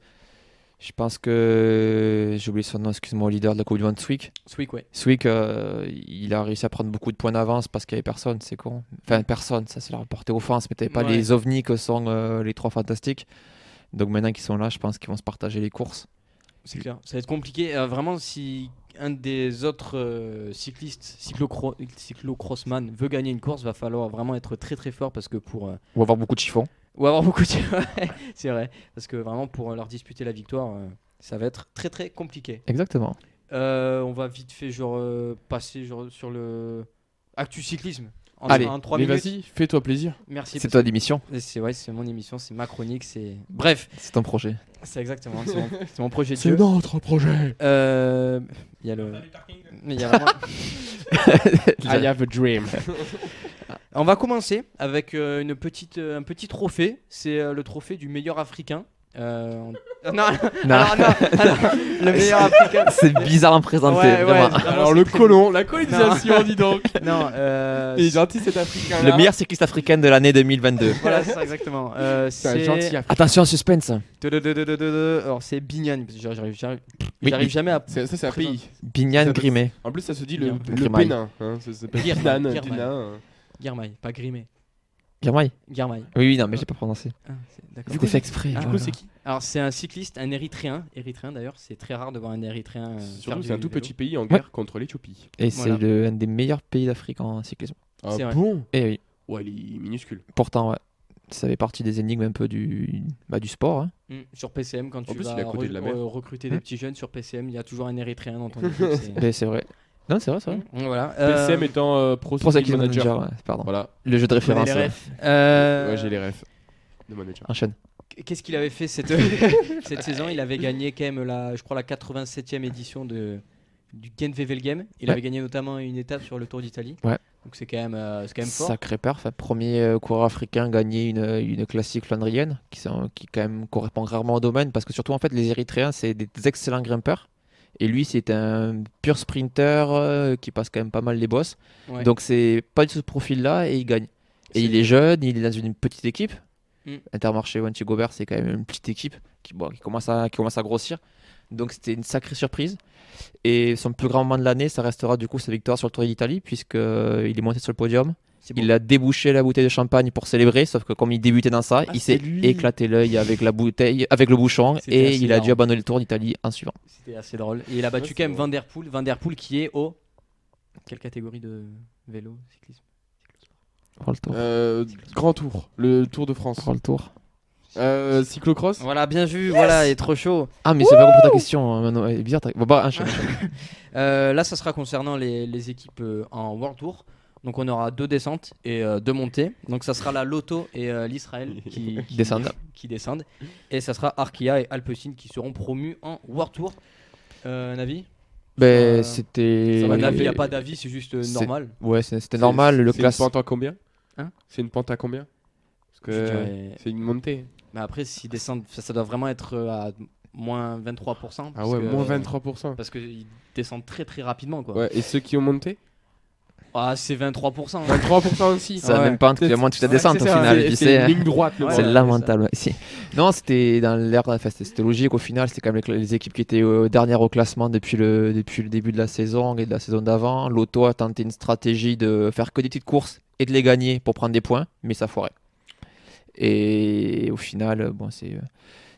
Speaker 5: je pense que, j'ai oublié son nom, excuse-moi, leader de la Coupe du Monde, Swick.
Speaker 1: Swick, ouais.
Speaker 5: Swick, euh, il a réussi à prendre beaucoup de points d'avance parce qu'il n'y avait personne, c'est con. Enfin, personne, ça c'est leur portée offense, mais t'avais pas
Speaker 1: Ouais.
Speaker 5: les ovnis que sont euh, les trois fantastiques. Donc maintenant qu'ils sont là, je pense qu'ils vont se partager les courses.
Speaker 1: C'est clair. Ça va être compliqué. euh, vraiment, si un des autres euh, cyclistes, cyclocro- cyclocrossman, veut gagner une course, va falloir vraiment être très très fort parce que pour. euh,
Speaker 5: On va avoir beaucoup de chiffons.
Speaker 1: ou avoir beaucoup de. Ouais, C'est vrai. Parce que vraiment, pour euh, leur disputer la victoire, euh, ça va être très très compliqué.
Speaker 5: Exactement.
Speaker 1: Euh, on va vite fait genre, euh, passer genre, sur le. Actu cyclisme. En,
Speaker 5: Allez,
Speaker 1: en trois
Speaker 2: Mais
Speaker 1: minutes.
Speaker 2: vas-y, fais-toi plaisir.
Speaker 1: Merci.
Speaker 5: C'est
Speaker 1: parce
Speaker 5: toi l'émission,
Speaker 1: que- C'est ouais, c'est mon émission, c'est ma chronique, c'est. Bref,
Speaker 5: c'est ton projet.
Speaker 1: c'est exactement, c'est mon, c'est mon projet de
Speaker 2: C'est
Speaker 1: jeu.
Speaker 2: notre projet.
Speaker 1: Euh, Il y a le. Il y a vraiment-
Speaker 2: I have a dream.
Speaker 1: On va commencer avec euh, une petite, euh, un petit trophée. C'est euh, le trophée du meilleur africain. Euh, on- Ah non, Ah,
Speaker 5: Non.
Speaker 1: alors, non, alors, le meilleur africain.
Speaker 5: C'est bizarre à présenter,
Speaker 1: Ouais, ouais,
Speaker 5: vraiment.
Speaker 1: vraiment,
Speaker 2: Alors
Speaker 1: Ah, c'est
Speaker 2: le
Speaker 1: très-
Speaker 2: colon, la colonisation, dis donc.
Speaker 1: Non, euh,
Speaker 2: Il est gentil cet africain.
Speaker 5: Le meilleur cycliste africain de l'année 2022.
Speaker 1: voilà, c'est ça, exactement. Euh,
Speaker 2: C'est un gentil hein. africain.
Speaker 5: Attention, suspense.
Speaker 1: Tududududududu. Alors c'est Bignan, parce que j'arrive jamais,
Speaker 5: Oui,
Speaker 1: j'arrive
Speaker 5: il-
Speaker 1: jamais à
Speaker 2: C'est- Ça, c'est un
Speaker 1: Présent.
Speaker 2: pays.
Speaker 5: Bignan
Speaker 2: Ça-
Speaker 5: Grimé.
Speaker 2: En plus, ça se dit le,
Speaker 1: Bien.
Speaker 2: le
Speaker 5: Grimaille.
Speaker 2: Bénin. hein, ça s'appelle hein.
Speaker 1: Guirmaille,
Speaker 2: Dinan,
Speaker 1: Guirmaille.
Speaker 2: Dinan.
Speaker 1: Guermail, pas Grimé.
Speaker 5: Grimay
Speaker 1: Guermail.
Speaker 5: Oui, oui, non, mais j'ai pas prononcé.
Speaker 1: Ah, c'est- d'accord.
Speaker 5: C'était fait exprès.
Speaker 1: Ah,
Speaker 5: voilà.
Speaker 2: Du coup, c'est qui
Speaker 1: Alors c'est un cycliste, un érythréen, érythréen d'ailleurs, c'est très rare de voir un érythréen. euh, faire
Speaker 2: Surtout,
Speaker 1: du
Speaker 2: c'est un tout
Speaker 1: vélo.
Speaker 2: petit pays en guerre contre l'Éthiopie.
Speaker 5: Et c'est
Speaker 1: Voilà.
Speaker 5: le- un des meilleurs pays d'Afrique en cyclisme.
Speaker 2: Ah
Speaker 1: C'est vrai.
Speaker 2: bon
Speaker 5: Et oui.
Speaker 2: Ouais, il est minuscule.
Speaker 5: Pourtant, ouais. Ça fait partie des énigmes un peu du, bah, du sport. hein.
Speaker 1: Mm, Sur PCM, quand tu
Speaker 2: plus,
Speaker 1: vas
Speaker 2: il est à côté
Speaker 1: re-
Speaker 2: de la mer. Hmm.
Speaker 1: euh, recruter des
Speaker 5: Mm.
Speaker 1: petits jeunes sur PCM, il y a toujours un érythréen dans ton équipe. c'est-
Speaker 5: Mais c'est vrai. Non, c'est vrai, c'est vrai.
Speaker 1: Voilà.
Speaker 2: PCM étant euh, Pro
Speaker 5: Pro
Speaker 2: Cycling
Speaker 5: Cycling
Speaker 2: Manager.
Speaker 5: Manager, ouais, pardon.
Speaker 2: Voilà,
Speaker 5: Le jeu de
Speaker 1: connais
Speaker 5: référence.
Speaker 1: les
Speaker 5: ouais.
Speaker 1: refs. Euh,
Speaker 2: ouais, j'ai les refs de manager.
Speaker 5: Enchaîne.
Speaker 1: Qu'est-ce qu'il avait fait cette, cette saison Il avait gagné quand même la, je crois la 87e édition de du Genvevel Game. Il
Speaker 5: Ouais.
Speaker 1: avait gagné notamment une étape sur le Tour d'Italie.
Speaker 5: Ouais.
Speaker 1: Donc c'est quand même, euh, c'est quand même fort.
Speaker 5: Sacré perf. hein. Premier euh, coureur africain à gagner une, euh, une classique flandrienne qui, sont, qui quand même correspond rarement au domaine parce que surtout en fait les Érythréens c'est des excellents grimpeurs. Et lui, c'est un pur sprinter euh, qui passe quand même pas mal les bosses.
Speaker 1: Ouais.
Speaker 5: Donc, c'est pas de ce profil-là et il gagne. Et
Speaker 1: C'est-
Speaker 5: il est jeune, il est dans une petite équipe.
Speaker 1: Mm.
Speaker 5: Intermarché Wanty Gobert, c'est quand même une petite équipe qui, bon, qui commence, à, qui commence à grossir. Donc c'était une sacrée surprise. Et son plus grand moment de l'année, ça restera du coup sa victoire sur le Tour d'Italie, puisqu'il est euh, monté sur le podium.
Speaker 1: C'est
Speaker 5: Il a débouché la bouteille de champagne pour célébrer, sauf que comme il débutait dans ça,
Speaker 2: Ah,
Speaker 5: il
Speaker 2: c'est
Speaker 5: s'est
Speaker 2: lui.
Speaker 5: éclaté l'œil avec la bouteille, avec le bouchon,
Speaker 1: C'était
Speaker 5: et
Speaker 1: assez
Speaker 5: il a
Speaker 1: marrant.
Speaker 5: dû abandonner le tour en Italie en suivant.
Speaker 1: C'était assez drôle. Et il a battu
Speaker 2: Ouais,
Speaker 1: quand même
Speaker 2: c'est
Speaker 1: Van Der Poel. Van Der Poel qui est au. Quelle catégorie de vélo Cyclisme
Speaker 5: Prends le tour.
Speaker 2: Euh, grand tour, le Tour de France.
Speaker 5: Prends le tour.
Speaker 2: Euh, cyclocross
Speaker 1: Voilà, bien vu, voilà, il est trop chaud.
Speaker 5: Ah, mais c'est pas compris ta question. hein, Manon. Elle est bizarre. ta- Bon, bah, enchaîne, enchaîne.
Speaker 1: Euh, là, ça sera concernant les, les équipes euh, en World Tour. Donc, on aura deux descentes et euh, deux montées. Donc, ça sera la Lotto et euh, l'Israël qui, qui-
Speaker 5: Descendent.
Speaker 1: qui descendent. Et ça sera Arkea et Alpecin qui seront promus en World Tour. Euh, un avis
Speaker 5: Ben,
Speaker 1: Euh,
Speaker 5: c'était.
Speaker 1: Un avis, il n'y a pas d'avis, c'est juste euh,
Speaker 5: c'est-
Speaker 1: normal.
Speaker 5: Ouais, c'est- c'était
Speaker 2: C'est-
Speaker 5: normal. Le
Speaker 2: c'est
Speaker 5: classe.
Speaker 2: une pente à combien
Speaker 1: Hein
Speaker 2: C'est une pente à combien Parce
Speaker 1: Je
Speaker 2: que
Speaker 1: dirais-
Speaker 2: c'est une montée.
Speaker 5: Ah
Speaker 1: Mais après, s'ils descendent, ça, ça doit vraiment être euh, à moins 23%.
Speaker 2: Ah
Speaker 1: parce
Speaker 2: ouais,
Speaker 1: que-
Speaker 2: moins 23%.
Speaker 1: Parce qu'ils descendent très très rapidement. Quoi.
Speaker 2: Ouais, et ceux qui ont monté
Speaker 1: Ah, c'est 23%. hein.
Speaker 2: 23% aussi.
Speaker 5: Ça
Speaker 1: Ouais.
Speaker 5: même pas tu montes, tu la
Speaker 2: Ouais,
Speaker 5: descends au
Speaker 2: c'est ça,
Speaker 5: final.
Speaker 2: c'est-
Speaker 5: et puis
Speaker 2: C'est
Speaker 5: c'est-
Speaker 2: une ligne droite, le
Speaker 1: Ouais.
Speaker 5: C'est
Speaker 2: bordel.
Speaker 5: lamentable. ouais, si. Non, c'était dans l'air. enfin, c'était c'était logique au final. C'était quand même les, les équipes qui étaient euh, dernières au classement depuis le, depuis le début de la saison et de la saison d'avant. L'Auto a tenté une stratégie de faire que des petites courses et de les gagner pour prendre des points, mais ça foirait. Et au final, euh, bon, c'est euh,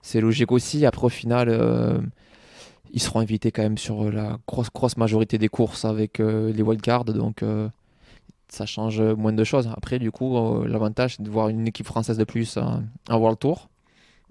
Speaker 5: c'est logique aussi. Après, au final. euh, ils seront invités quand même sur euh, la grosse, grosse majorité des courses avec euh, les wildcards. Donc, euh, ça change euh, moins de choses. Après, du coup, euh, l'avantage, c'est de voir une équipe française de plus en, en World Tour.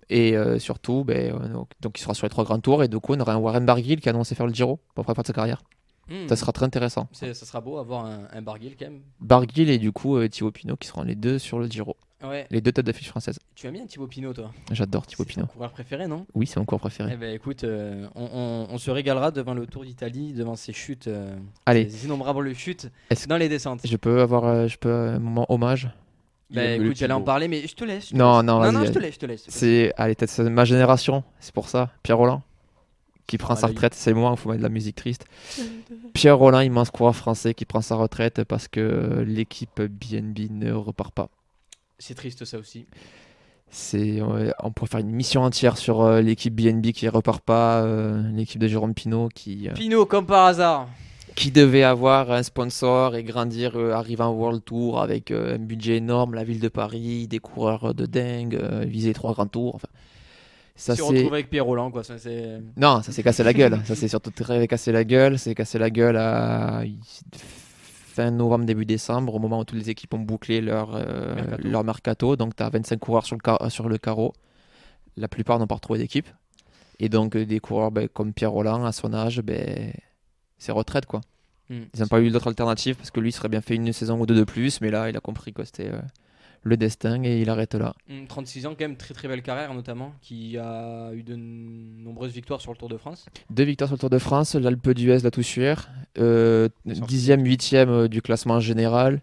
Speaker 5: Et euh, surtout, ben, euh, donc, donc, il sera sur les trois grands tours. Et du coup, on aura un Warren Barguil qui a annoncé faire le Giro pour la première fois de sa carrière.
Speaker 1: Hmm.
Speaker 5: Ça sera très intéressant.
Speaker 1: C'est- Ça sera beau avoir un, un Barguil quand même.
Speaker 5: Barguil et du coup, euh, Thibaut Pinot qui seront les deux sur le Giro.
Speaker 1: Ouais.
Speaker 5: Les deux têtes d'affiche françaises.
Speaker 1: Tu aimes bien Thibaut Pinot, toi
Speaker 5: J'adore Thibaut
Speaker 1: C'est ton
Speaker 5: Pinot.
Speaker 1: coureur préféré, non
Speaker 5: Oui, c'est mon cours préféré.
Speaker 1: Eh ben écoute, euh, on, on- on se régalera devant le Tour d'Italie, devant ces chutes, euh,
Speaker 5: Allez,
Speaker 1: ces innombrables chutes
Speaker 5: Est-ce-
Speaker 1: dans les descentes.
Speaker 5: je peux avoir euh, je peux, euh, un moment hommage
Speaker 2: Il
Speaker 1: Bah
Speaker 2: aime le
Speaker 1: écoute, j'allais en
Speaker 2: Thibaut.
Speaker 1: parler, mais je te laisse. je te
Speaker 5: Non,
Speaker 1: laisse.
Speaker 5: non,
Speaker 1: non,
Speaker 5: vas-y,
Speaker 1: non, je te
Speaker 5: vas-y.
Speaker 1: laisse, je te laisse.
Speaker 5: C'est allez, peut-être c'est ma génération, c'est pour ça. Pierre Roland qui prend
Speaker 1: Ah,
Speaker 5: sa
Speaker 1: là, il-
Speaker 5: retraite, c'est le moment où il faut mettre de la musique triste. Pierre Roland, immense coureur français qui prend sa retraite parce que l'équipe BNB ne repart pas.
Speaker 1: C'est triste ça aussi.
Speaker 5: C'est ouais, on pourrait faire une mission entière sur euh, l'équipe BNB qui repart pas, euh, l'équipe de Jérôme Pinault qui euh,
Speaker 1: Pinot, comme par hasard.
Speaker 5: qui devait avoir un sponsor et grandir, euh, arrive en World Tour avec euh, un budget énorme, la ville de Paris, des coureurs de dingue, euh, viser trois grands tours. Enfin, ça
Speaker 1: si on
Speaker 5: c'est
Speaker 1: retrouve avec Pierre Roland, quoi. Ça, c'est...
Speaker 5: Non, ça s'est cassé la gueule. Ça s'est surtout très cassé la gueule. C'est cassé la gueule à fin novembre, début décembre, au moment où toutes les équipes ont bouclé leur, euh,
Speaker 1: Mercato.
Speaker 5: leur mercato. Donc, tu as 25 coureurs sur le, car- sur le carreau. La plupart n'ont pas retrouvé d'équipe. Et donc, euh, des coureurs ben, comme Pierre Roland, à son âge, ben, c'est retraite. quoi.
Speaker 1: Hmm.
Speaker 5: Ils n'ont pas eu d'autre alternative parce que lui serait bien fait une saison ou deux de plus. Mais là, il a compris que c'était euh, le destin et il arrête là.
Speaker 1: Hmm, 36 ans, quand même, très très belle carrière, notamment, qui a eu de n- nombreuses victoires sur le Tour de France.
Speaker 5: Deux victoires sur le Tour de France, l'Alpe d'Huez, la Toussuère, euh, dixième, huitième euh, du classement général,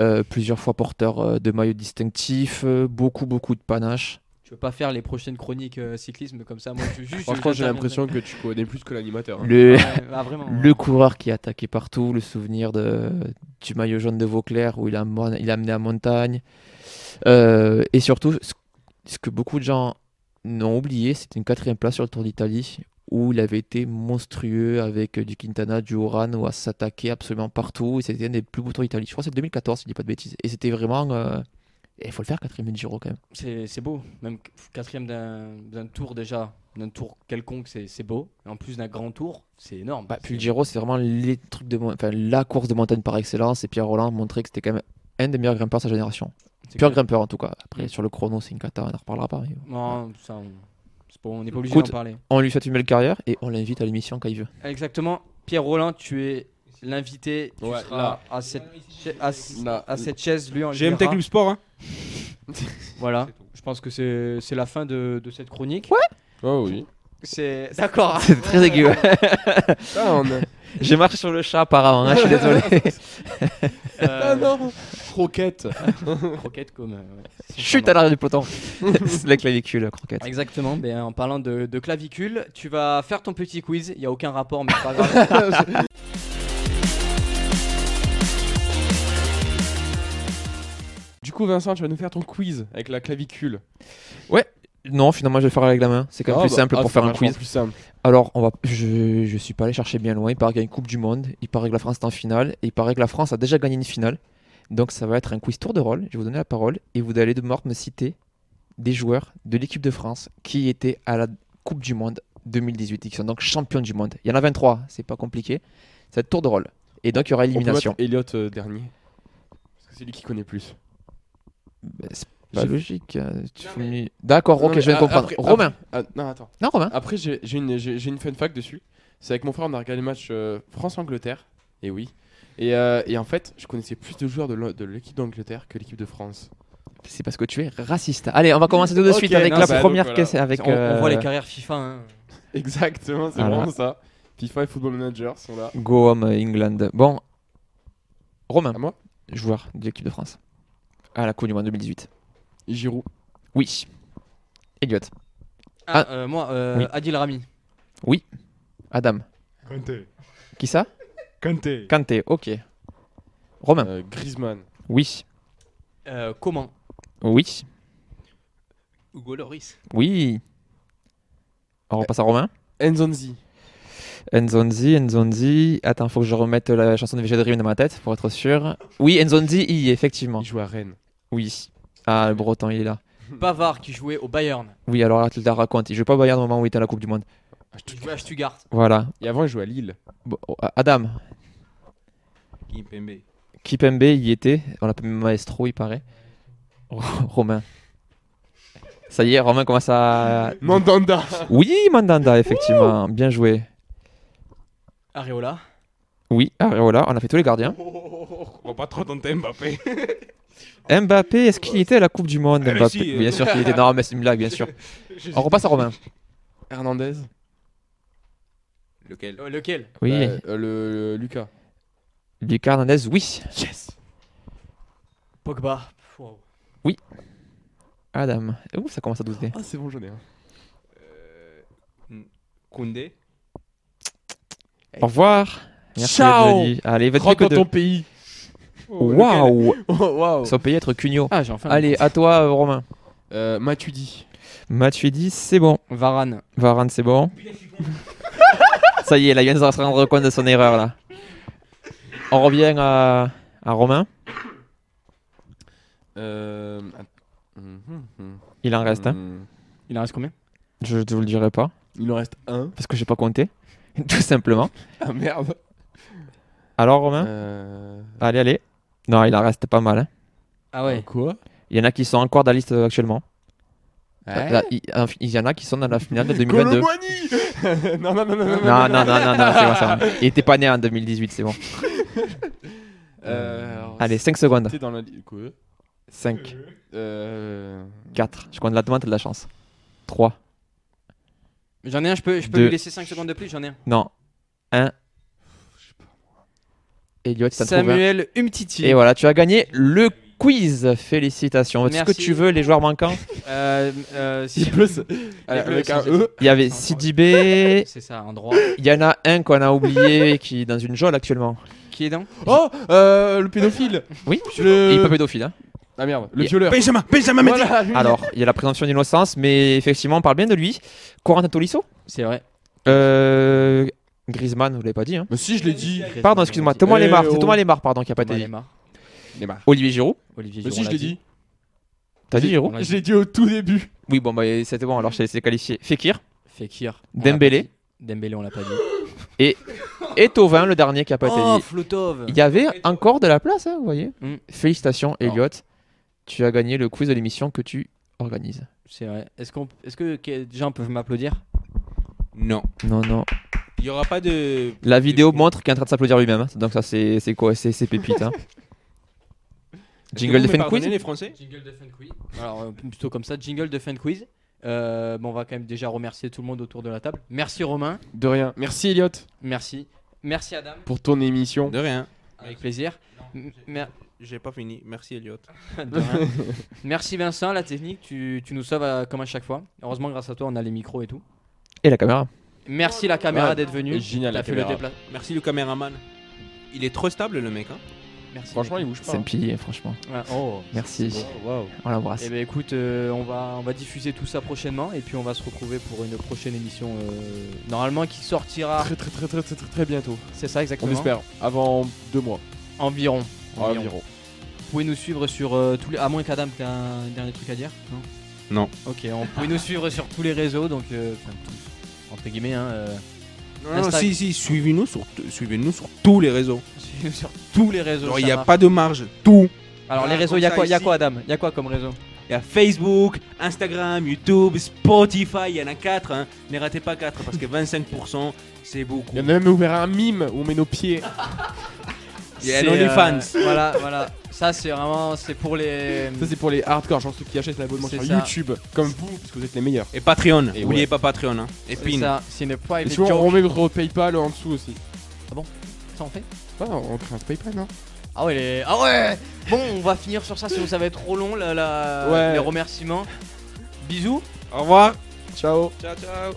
Speaker 5: euh, plusieurs fois porteur euh, de maillots distinctifs, euh, beaucoup, beaucoup de panache.
Speaker 1: Tu veux pas faire les prochaines chroniques euh, cyclisme comme ça Moi, je, juste,
Speaker 2: Franchement, j'ai
Speaker 1: j'interviendrai.
Speaker 2: l'impression que tu connais plus que l'animateur. hein.
Speaker 5: Le,
Speaker 1: Ouais, ah, vraiment.
Speaker 5: le coureur qui est attaqué partout, le souvenir de, du maillot jaune de Vauclair où il a, mon- il a amené à montagne. Euh, et surtout, ce, ce que beaucoup de gens n'ont oublié, c'était une quatrième place sur le Tour d'Italie où il avait été monstrueux avec euh, du Quintana, du Oran, où à s'attaquer absolument partout. Et C'était un des plus beaux Tours d'Italie. Je crois que c'est 2014, si je dis pas de bêtises. Et c'était vraiment. euh, Il faut le faire, quatrième du Giro quand même.
Speaker 1: C'est, c'est beau. Même qu- quatrième d'un, d'un tour déjà, d'un tour quelconque, c'est, c'est beau. Et en plus d'un grand tour, c'est énorme.
Speaker 5: Bah, puis le
Speaker 1: C'est-
Speaker 5: Giro, c'est vraiment les trucs de, mon- enfin, la course de montagne par excellence. Et Pierre Roland montrait que c'était quand même un des meilleurs grimpeurs de sa génération.
Speaker 1: c'est
Speaker 5: Pur
Speaker 1: clair.
Speaker 5: grimpeur en tout cas. Après,
Speaker 1: Mm.
Speaker 5: sur le chrono, c'est une cata, on en reparlera pas. mais bon.
Speaker 1: Non, ça, on, c'est pas- on n'est pas obligé
Speaker 5: Écoute-
Speaker 1: d'en parler.
Speaker 5: On lui souhaite une belle carrière et on l'invite à l'émission quand il veut.
Speaker 1: Exactement. Pierre Roland, tu es l'invité. Tu
Speaker 2: Ouais,
Speaker 1: seras
Speaker 2: là.
Speaker 1: à cette, cha- à, ce-
Speaker 2: Là.
Speaker 1: à cette chaise. Lui, on le
Speaker 3: GMT
Speaker 1: verra.
Speaker 3: Club Sport, hein.
Speaker 1: Voilà.
Speaker 3: C'est tout.
Speaker 1: Je pense que c'est, c'est la fin de, de cette chronique.
Speaker 2: Oh oui.
Speaker 1: C'est d'accord.
Speaker 5: C'est très aigu.
Speaker 2: Ah, on a-
Speaker 5: J'ai marché sur le chat apparemment, hein, je suis désolé.
Speaker 2: Ah
Speaker 5: Ah
Speaker 1: Euh,
Speaker 2: non Croquette
Speaker 1: croquette comme. euh, ouais, c'est son
Speaker 5: Chute
Speaker 1: surnom.
Speaker 5: à l'arrière du peloton. c'est la clavicule, croquette.
Speaker 1: Exactement. Ben, en parlant de, de clavicule, tu vas faire ton petit quiz. Il y a aucun rapport, mais c'est pas grave.
Speaker 2: Du coup, Vincent, tu vas nous faire ton quiz avec la clavicule.
Speaker 5: Non, finalement, je vais le faire avec la main. C'est quand même
Speaker 2: Ah,
Speaker 5: plus
Speaker 2: bah,
Speaker 5: simple
Speaker 2: ah,
Speaker 5: pour
Speaker 2: c'est
Speaker 5: faire un
Speaker 2: vachement
Speaker 5: quiz.
Speaker 2: plus simple.
Speaker 5: Alors, on va... je... je suis pas allé chercher bien loin. Il paraît qu'il y a une Coupe du Monde. Il paraît que la France est en finale. Et il paraît que la France a déjà gagné une finale. Donc ça va être un quiz tour de rôle. Je vais vous donner la parole et vous allez devoir me citer des joueurs de l'équipe de France qui étaient à la Coupe du Monde 2018 et qui sont donc champions du monde. Il y en a 23, c'est pas compliqué. Ça va être tour de rôle. Et donc il y aura élimination.
Speaker 2: On peut mettre Elliot euh, dernier. Parce que c'est lui qui connaît plus.
Speaker 5: Ben, c'est pas
Speaker 2: J'ai-
Speaker 5: logique. euh, tu
Speaker 3: Non,
Speaker 5: fais mieux. D'accord,
Speaker 2: hein. Non,
Speaker 5: ok,
Speaker 2: mais
Speaker 5: je viens de
Speaker 2: a-
Speaker 5: comprendre.
Speaker 2: après-
Speaker 5: Romain.
Speaker 2: Ah, non, attends.
Speaker 5: Non, Romain.
Speaker 2: Après, j'ai j'ai une, j'ai- j'ai une fun fact dessus. C'est avec mon frère, on a regardé le match euh, France-Angleterre. Et oui. Et, euh, et en fait, je connaissais plus de joueurs de l'O- de l'équipe d'Angleterre que l'équipe de France.
Speaker 5: C'est parce que tu es raciste. Allez, on va commencer tout de
Speaker 2: Ok,
Speaker 5: suite avec
Speaker 2: non,
Speaker 5: la
Speaker 2: bah, donc,
Speaker 5: première
Speaker 2: voilà.
Speaker 5: caisse. Avec,
Speaker 1: On, on voit les
Speaker 5: euh,
Speaker 1: carrières FIFA. hein.
Speaker 2: Exactement, c'est
Speaker 5: Voilà.
Speaker 2: vraiment ça. FIFA et Football Manager sont là.
Speaker 5: Go home euh, England. Bon, Romain,
Speaker 2: À moi
Speaker 5: joueur de l'équipe de France. À la Coupe du Monde 2018.
Speaker 2: Giroud.
Speaker 5: Oui. Elliot.
Speaker 1: Ah, euh, moi, euh,
Speaker 5: Oui.
Speaker 1: Adil Rami.
Speaker 5: Adam.
Speaker 4: Kanté.
Speaker 5: Qui ça
Speaker 4: Kanté.
Speaker 5: Kanté, ok. Romain.
Speaker 2: euh, Griezmann.
Speaker 5: Oui.
Speaker 1: Euh, comment
Speaker 5: Oui.
Speaker 3: Hugo Loris.
Speaker 5: Oui. On repasse à Romain.
Speaker 2: Nzonzi.
Speaker 5: Nzonzi, Nzonzi. Attends, faut que je remette la chanson de VG Dream dans ma tête pour être sûr. Oui, Nzonzi, il y est, effectivement.
Speaker 2: Il joue à Rennes.
Speaker 5: Oui. Ah, le breton, il est là.
Speaker 1: Pavard qui jouait au Bayern.
Speaker 5: Oui, alors là, tu te la racontes. Il joue pas au Bayern au moment où il était à la Coupe du Monde.
Speaker 2: Ah, je te
Speaker 1: Qui
Speaker 2: dis.
Speaker 1: jouait à Stuttgart.
Speaker 5: Voilà.
Speaker 2: Et avant, il jouait à Lille.
Speaker 5: Bon, Adam,
Speaker 3: Kimpembe.
Speaker 5: Kipembe y était, on l'appelle Maestro, il paraît. Oh. Romain. Ça y est, Romain commence à.
Speaker 2: Mandanda.
Speaker 5: Oui, Mandanda, effectivement. Bien joué.
Speaker 1: Areola.
Speaker 5: Oui, Areola, on a fait tous les gardiens.
Speaker 3: On va pas trop tenter Mbappé.
Speaker 5: Mbappé, est-ce qu'il était à la Coupe du Monde
Speaker 2: Eh,
Speaker 3: Ah, mais
Speaker 5: Mbappé
Speaker 3: si, euh.
Speaker 5: Bien sûr qu'il était. Non, mais c'est une blague, bien sûr. On repasse à Romain.
Speaker 2: Hernandez.
Speaker 3: Lequel
Speaker 1: Euh, lequel
Speaker 5: Oui.
Speaker 2: Bah, euh, le, le Lucas.
Speaker 5: Lucas Hernandez, oui.
Speaker 2: Yes.
Speaker 1: Pogba. Pff, wow.
Speaker 5: Adam. Ouh, ça commence à douter.
Speaker 2: Ah, c'est bon, j'en ai un.
Speaker 3: Euh, mm, Koundé.
Speaker 5: Au revoir. Merci
Speaker 2: Eh. Ciao.
Speaker 5: d'être venu. Allez, va
Speaker 2: Rentre
Speaker 5: que
Speaker 2: dans
Speaker 5: deux.
Speaker 2: ton pays.
Speaker 5: Waouh.
Speaker 2: Oh, Waouh.
Speaker 5: Son pays être cugno.
Speaker 1: Ah, j'ai enfin.
Speaker 5: Allez, à toi, euh, Romain.
Speaker 2: Euh, Matuidi.
Speaker 5: Matuidi, c'est bon.
Speaker 1: Varane.
Speaker 5: Varane, c'est bon. Ça y est, là, il vient de se rendre compte de son erreur, là. On revient à, à Romain.
Speaker 2: Euh... att- Mhm, mhm.
Speaker 5: Il en reste, hein.
Speaker 2: Mhm.
Speaker 1: Il en reste combien
Speaker 5: Je ne vous le dirai pas,
Speaker 2: Il en reste un.
Speaker 5: parce que j'ai pas compté, tout simplement.
Speaker 2: Ah merde.
Speaker 5: Alors, Romain
Speaker 2: Euh,
Speaker 5: Allez, allez. Non, il en reste pas mal. hein.
Speaker 1: Ah ouais.
Speaker 2: Quoi
Speaker 5: Il y en a qui sont encore dans la liste euh, actuellement.
Speaker 2: Hein
Speaker 5: Là, il, il y en a qui sont dans la finale de 2022.
Speaker 2: Colomboigny Non, non, non, non, non.
Speaker 5: Non, non, non, non, non, c'est bon, ça. va. Il était pas né en 2018, c'est bon.
Speaker 2: Euh, alors,
Speaker 5: Allez, 5 secondes.
Speaker 2: c'était dans la li- quoi
Speaker 5: 5,
Speaker 2: Euh,
Speaker 5: 4. Je compte la demande, t'as de la chance. 3.
Speaker 1: J'en ai un, je peux, je peux
Speaker 5: Deux.
Speaker 1: lui laisser 5 secondes de plus, j'en ai un.
Speaker 5: Non. 1. Elliot, t'as trouvé un.
Speaker 1: Samuel Umtiti.
Speaker 5: Et voilà, tu as gagné le quiz. Félicitations. Est-ce que
Speaker 1: Merci.
Speaker 5: tu veux les joueurs manquants
Speaker 1: Euh, euh, si-
Speaker 2: Il pleut, c'est-
Speaker 1: Il pleut,
Speaker 2: avec
Speaker 1: c'est-
Speaker 2: un
Speaker 1: c'est-
Speaker 2: E.
Speaker 5: Il y avait
Speaker 1: Encore.
Speaker 5: Sidibé.
Speaker 1: C'est ça, un droit.
Speaker 5: Il y en a un qu'on a oublié qui est dans une geôle actuellement.
Speaker 1: Qui est dans
Speaker 2: Oh euh, Le pédophile
Speaker 5: Oui. Et
Speaker 1: Euh.
Speaker 5: il n'est pas
Speaker 2: le...
Speaker 5: pédophile. hein.
Speaker 2: Ah merde, le
Speaker 5: Il-
Speaker 2: violeur
Speaker 3: Benjamin, Benjamin
Speaker 2: Voilà, lui.
Speaker 5: Alors, il y a la présomption d'innocence, mais effectivement, on parle bien de lui. Corentin Tolisso
Speaker 1: C'est vrai.
Speaker 5: euh, Griezmann, vous l'avez pas dit. hein.
Speaker 2: Mais si, je l'ai dit
Speaker 5: Pardon, excuse-moi. Thomas
Speaker 2: Eh
Speaker 1: Euh,
Speaker 5: Lemar. C'est
Speaker 2: oh.
Speaker 5: Thomas Lemar, pardon, qui a pas été
Speaker 1: Thomas
Speaker 5: dit.
Speaker 1: Lemar,
Speaker 2: Neymar.
Speaker 5: Olivier Giroud.
Speaker 1: Olivier
Speaker 2: Mais
Speaker 1: Giroud
Speaker 2: si, je
Speaker 1: l'a
Speaker 2: l'ai dit
Speaker 5: T'as dit Giroud
Speaker 1: On l'a
Speaker 2: Je l'ai dit au tout début
Speaker 5: Oui, bon, bah, c'était bon, alors je t'ai laissé qualifier. Fekir.
Speaker 1: Fekir. on l'a
Speaker 5: Dembélé.
Speaker 1: pas dit. Dembélé, on l'a pas dit.
Speaker 5: Et Tovin, le dernier qui a pas été
Speaker 1: Oh,
Speaker 5: dit.
Speaker 1: Flotov
Speaker 5: Il y avait encore de la place, hein, vous voyez.
Speaker 1: Mm.
Speaker 5: Félicitations, Elliot. Tu as gagné le quiz de l'émission que tu organises.
Speaker 1: C'est vrai. Est-ce qu'on, est-ce que que- les gens peuvent m'applaudir
Speaker 3: Non.
Speaker 5: Non, non.
Speaker 3: Il y aura pas de.
Speaker 5: La vidéo montre qu'il est en train de s'applaudir lui-même. hein. Donc, ça, c'est c'est quoi C'est c'est pépite. hein.
Speaker 3: Est-ce que
Speaker 5: Jingle
Speaker 3: vous
Speaker 5: de
Speaker 3: me
Speaker 5: fin de
Speaker 3: pardonnez,
Speaker 5: quiz
Speaker 3: les Français
Speaker 1: Jingle de fin de quiz. Alors euh, plutôt comme ça, jingle de fin de quiz. Euh, bon, on va quand même déjà remercier tout le monde autour de la table. Merci Romain.
Speaker 2: De rien. Merci Elliot
Speaker 1: Merci. Merci Adam.
Speaker 2: pour ton émission.
Speaker 3: De rien.
Speaker 1: Avec plaisir. M- mer-
Speaker 3: J'ai pas fini. Merci Elliot.
Speaker 1: de rien. Merci Vincent, la technique, tu, tu nous sauves euh, comme à chaque fois. Heureusement, grâce à toi, on a les micros et tout.
Speaker 5: Et la caméra.
Speaker 1: Merci la caméra
Speaker 2: Ouais,
Speaker 1: d'être venue.
Speaker 2: génial, la
Speaker 1: T'as fait
Speaker 2: caméra.
Speaker 1: le déplacement.
Speaker 3: Merci le caméraman. Il est trop stable le mec. Hein.
Speaker 1: Merci.
Speaker 2: Franchement, il bouge pas. hein.
Speaker 5: C'est un pilier, franchement.
Speaker 1: Ouais, oh.
Speaker 5: Merci.
Speaker 2: Oh, waouh.
Speaker 5: On l'embrasse.
Speaker 1: Eh ben écoute, euh, on, va, on va diffuser tout ça prochainement et puis on va se retrouver pour une prochaine émission euh, normalement qui sortira,
Speaker 2: Très très très très très très bientôt.
Speaker 1: c'est ça
Speaker 2: Ah. On
Speaker 1: exactement
Speaker 2: espère. Avant deux mois.
Speaker 3: Ah,
Speaker 1: Environ.
Speaker 2: Environ.
Speaker 1: pouvez nous suivre sur euh, tous les. À moins qu'Adam, t'aies un dernier truc à dire Non
Speaker 3: Non.
Speaker 1: Ok, on pouvez nous suivre sur tous les réseaux, donc. euh, enfin, tous, entre guillemets, hein. euh,
Speaker 3: Non, non,
Speaker 1: Insta-
Speaker 3: si, si, suivez-nous sur, t- suivez-nous sur tous les réseaux.
Speaker 1: suivez-nous sur tous les réseaux.
Speaker 3: Genre,
Speaker 1: ça
Speaker 3: Il n'y a
Speaker 1: marche.
Speaker 3: pas de marge, tout.
Speaker 1: Alors, les
Speaker 3: Ah,
Speaker 1: réseaux,
Speaker 3: comme
Speaker 1: il y a
Speaker 3: ça,
Speaker 1: quoi, y a
Speaker 3: ici.
Speaker 1: quoi Adam Il y a quoi comme réseau
Speaker 3: Il y a Facebook, Instagram, YouTube, Spotify, il y en a 4. Hein. Ne ratez pas 4 parce que 25%, c'est beaucoup.
Speaker 2: Il y en a même ouvert un mime où on met nos pieds.
Speaker 3: Il y a
Speaker 1: C'est,
Speaker 3: un OnlyFans.
Speaker 1: euh, voilà, voilà. Ça, c'est vraiment. C'est pour les.
Speaker 2: Ça, c'est pour les hardcore, genre ceux qui achètent l'abonnement
Speaker 1: C'est
Speaker 2: sur
Speaker 1: ça.
Speaker 2: YouTube, comme vous, parce que vous êtes les meilleurs.
Speaker 3: Et Patreon,
Speaker 2: Et
Speaker 3: n'oubliez
Speaker 2: ouais.
Speaker 3: pas Patreon. Hein. Et
Speaker 1: C'est
Speaker 3: PIN.
Speaker 1: ça, c'est une
Speaker 2: Et
Speaker 1: private
Speaker 2: souvent, on
Speaker 1: joke.
Speaker 2: remet votre PayPal en dessous aussi.
Speaker 1: Ça, on fait
Speaker 2: Ouais, on crée un PayPal, non
Speaker 1: Ah ouais, les- ah ouais Bon, on va finir sur ça, sinon ça va être trop long, la, la-
Speaker 2: Ouais.
Speaker 1: les remerciements. Bisous
Speaker 3: Au revoir.
Speaker 2: Ciao
Speaker 3: Ciao, ciao.